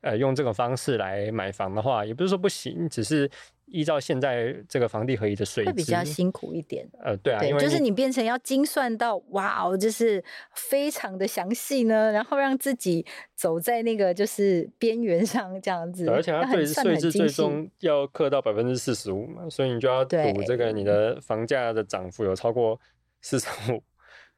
Speaker 1: 呃用这种方式来买房的话，也不是说不行，只是依照现在这个房地合一的税
Speaker 2: 会比较
Speaker 1: 制
Speaker 2: 辛苦一点。
Speaker 1: 呃，对啊，
Speaker 2: 对
Speaker 1: 因，为
Speaker 2: 就是你变成要精算到哇哦，就是非常的详细呢，然后让自己走在那个就是边缘上这样子，
Speaker 1: 对而且
Speaker 2: 要
Speaker 1: 它
Speaker 2: 很
Speaker 1: 对
Speaker 2: 算
Speaker 1: 税
Speaker 2: 得很
Speaker 1: 制
Speaker 2: 精
Speaker 1: 最
Speaker 2: 细
Speaker 1: 终要克到百分之四十五嘛，所以你就要赌
Speaker 2: 对
Speaker 1: 这个你的房价的涨幅有超过四十五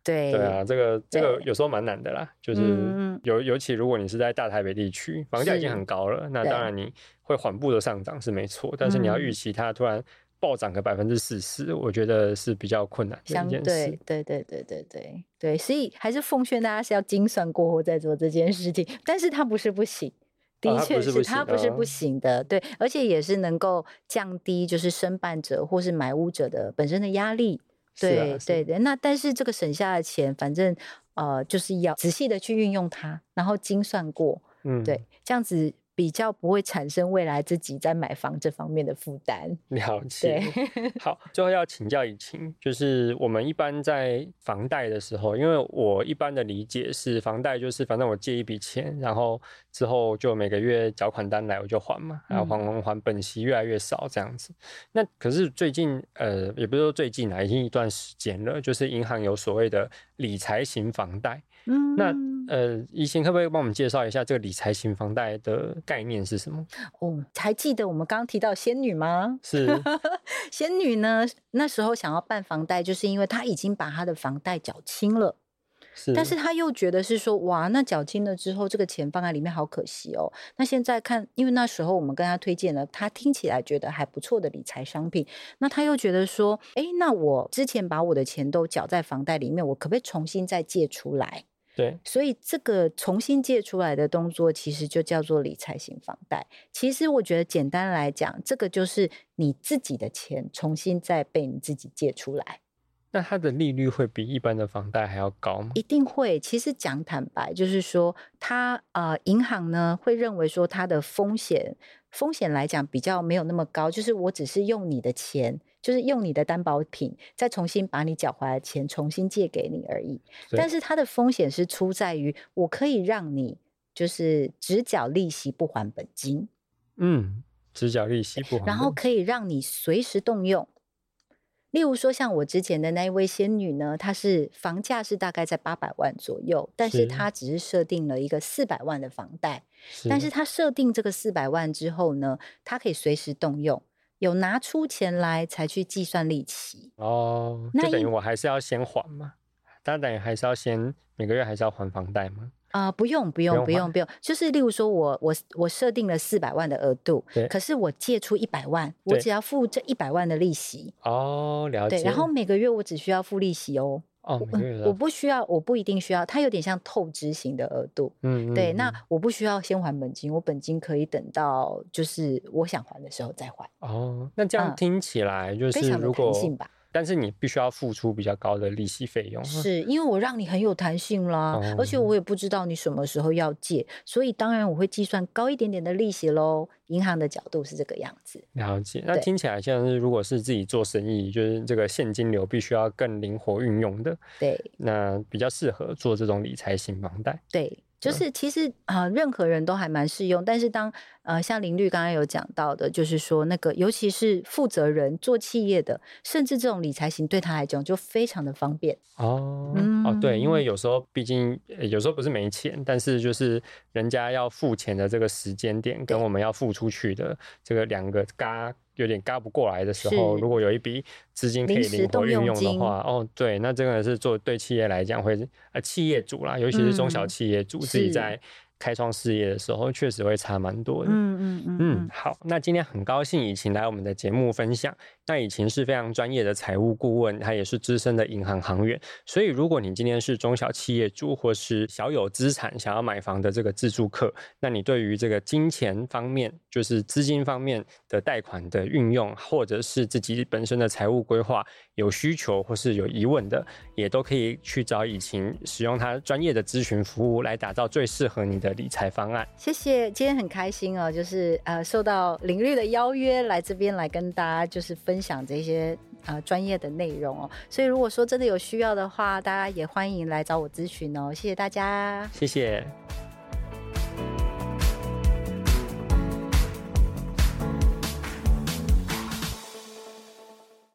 Speaker 2: 对
Speaker 1: 对啊，这个这个
Speaker 2: 对
Speaker 1: 有时候蛮难的啦，就是
Speaker 2: 嗯嗯
Speaker 1: 尤尤其如果你是在大台北地区，房价已经
Speaker 2: 是
Speaker 1: 很高了，那
Speaker 2: 对
Speaker 1: 当然你会缓步的上涨是没错，但是你要预
Speaker 2: 嗯
Speaker 1: 期它突然暴涨个百分之四十，我觉得是比较困难的
Speaker 2: 相
Speaker 1: 一件
Speaker 2: 对
Speaker 1: 事。
Speaker 2: 对对对对对对，所以还是奉劝大家是要精算过后再做这件事情，但是它不是不行。的
Speaker 1: 啊它不
Speaker 2: 确
Speaker 1: 是
Speaker 2: 是，
Speaker 1: 不
Speaker 2: 它
Speaker 1: 行
Speaker 2: 不是不
Speaker 1: 哦
Speaker 2: 行的，对，而且也是能够降低就是申办者或是买屋者的本身的压力，
Speaker 1: 是啊
Speaker 2: 对
Speaker 1: 是
Speaker 2: 对对。那但是这个省下的钱，反正呃就是要仔细的去运用它，然后精算过，
Speaker 1: 嗯，
Speaker 2: 对，这样子比较不会产生未来自己在买房这方面的负担。
Speaker 1: 了解
Speaker 2: 对。， [laughs]
Speaker 1: 好，最后要请教雨晴，就是我们一般在房贷的时候，因为我一般的理解是，房贷就是反正我借一笔钱，然后之后就每个月缴款单来我就还嘛，然后还
Speaker 2: 嗯
Speaker 1: 还还，本息越来越少这样子。那可是最近，呃，也不是说最近啊，已经一段时间了，就是银行有所谓的理财型房贷。
Speaker 2: 嗯
Speaker 1: 那呃，怡晴可不可以帮我们介绍一下这个理财型房贷的概念是什么？
Speaker 2: 哦，还记得我们刚刚提到仙女吗？ [laughs]
Speaker 1: 是
Speaker 2: 仙女呢，那时候想要办房贷，就是因为她已经把她的房贷缴清了，
Speaker 1: 是，
Speaker 2: 但是她又觉得是说，哇，那缴清了之后，这个钱放在里面好可惜哦。那现在看，因为那时候我们跟她推荐了，她听起来觉得还不错的理财商品，那她又觉得说，诶，那我之前把我的钱都缴在房贷里面，我可不可以重新再借出来？
Speaker 1: 对，
Speaker 2: 所以这个重新借出来的动作，其实就叫做理财型房贷。其实我觉得简单来讲，这个就是你自己的钱重新再被你自己借出来，
Speaker 1: 那它的利率会比一般的房贷还要高吗？
Speaker 2: 一定会。其实讲坦白，就是说它呃，银行呢会认为说它的风险风险来讲比较没有那么高，就是我只是用你的钱。就是用你的担保品，再重新把你缴回来的钱重新借给你而已。
Speaker 1: 对
Speaker 2: 但是它的风险是出在于，我可以让你就是只缴利息不还本金，
Speaker 1: 嗯，直角利息不还本，
Speaker 2: 然后可以让你随时动用。例如说，像我之前的那一位仙女呢，她是房价是大概在八百万左右，但
Speaker 1: 是
Speaker 2: 是她只是设定了一个四百万的房贷，
Speaker 1: 是
Speaker 2: 但是她设定这个四百万之后呢，她可以随时动用，有拿出钱来才去计算利息。
Speaker 1: 哦，
Speaker 2: 那
Speaker 1: 就等
Speaker 2: 一
Speaker 1: 于我还是要先还嘛，但等于还是要先每个月还是要还房贷嘛，
Speaker 2: 啊、不用不用
Speaker 1: 用
Speaker 2: 不
Speaker 1: 还
Speaker 2: 用不用，就是例如说我我我设定了四百万的额度
Speaker 1: 对，
Speaker 2: 可是我借出一百万，我
Speaker 1: 对
Speaker 2: 只要付这一百万的利息，
Speaker 1: 哦，了解
Speaker 2: 对，
Speaker 1: 了，
Speaker 2: 然后每个月我只需要付利息哦，
Speaker 1: 哦，每个月
Speaker 2: 嗯
Speaker 1: 的
Speaker 2: 我不需要，我不一定需要，它有点像透支型的额度。
Speaker 1: 嗯
Speaker 2: 对，
Speaker 1: 嗯
Speaker 2: 那
Speaker 1: 嗯
Speaker 2: 我不需要先还本金，我本金可以等到就是我想还的时候再还，
Speaker 1: 哦，那这样
Speaker 2: 嗯
Speaker 1: 听起来就
Speaker 2: 非
Speaker 1: 是
Speaker 2: 常的
Speaker 1: 如
Speaker 2: 弹
Speaker 1: 果
Speaker 2: 性吧？
Speaker 1: 但是你必须要付出比较高的利息费用，啊
Speaker 2: 是因为我让你很有弹性啦，而且
Speaker 1: 哦
Speaker 2: 我也不知道你什么时候要借，所以当然我会计算高一点点的利息喽。银行的角度是这个样子。
Speaker 1: 了解。那
Speaker 2: 对
Speaker 1: 听起来像是如果是自己做生意，就是这个现金流必须要更灵活运用的，
Speaker 2: 对
Speaker 1: 那比较适合做这种理财型房贷。
Speaker 2: 对，就
Speaker 1: 对
Speaker 2: 是其实啊、呃任何人都还蛮适用。但是当呃，像林律刚刚有讲到的，就是说那个，尤其是负责人做企业的，甚至这种理财型对他来讲就非常的方便。
Speaker 1: 哦、哦，对，因
Speaker 2: 嗯
Speaker 1: 为有时候毕竟呃有时候不是没钱，但是就是人家要付钱的这个时间点跟
Speaker 2: 对
Speaker 1: 我们要付出去的这个两个嘎有点嘎不过来的时候，
Speaker 2: 是
Speaker 1: 如果有一笔资金可以
Speaker 2: 临时
Speaker 1: 灵活
Speaker 2: 动
Speaker 1: 运
Speaker 2: 用
Speaker 1: 用的
Speaker 2: 金
Speaker 1: 话，哦，对，那这个是做对企业来讲会呃企业主啦，尤其是中小
Speaker 2: 嗯
Speaker 1: 企业主、自己
Speaker 2: 是
Speaker 1: 在开创事业的时候，确实会差蛮多的。
Speaker 2: 嗯嗯
Speaker 1: 嗯，，好，那今天很高兴以晴来我们的节目分享。那以晴是非常专业的财务顾问，她也是资深的银行行员。所以，如果你今天是中小企业主或是小有资产想要买房的这个自住客，那你对于这个金钱方面，就是资金方面的贷款的运用，或者是自己本身的财务规划有需求或是有疑问的，也都可以去找以晴，使用她专业的咨询服务来打造最适合你的理财方案。
Speaker 2: 谢谢，今天很开心哦，就是呃，受到林律的邀约来这边来跟大家就是分享这些呃专业的内容哦。所以如果说真的有需要的话，大家也欢迎来找我咨询哦。谢谢大家。
Speaker 1: 谢谢。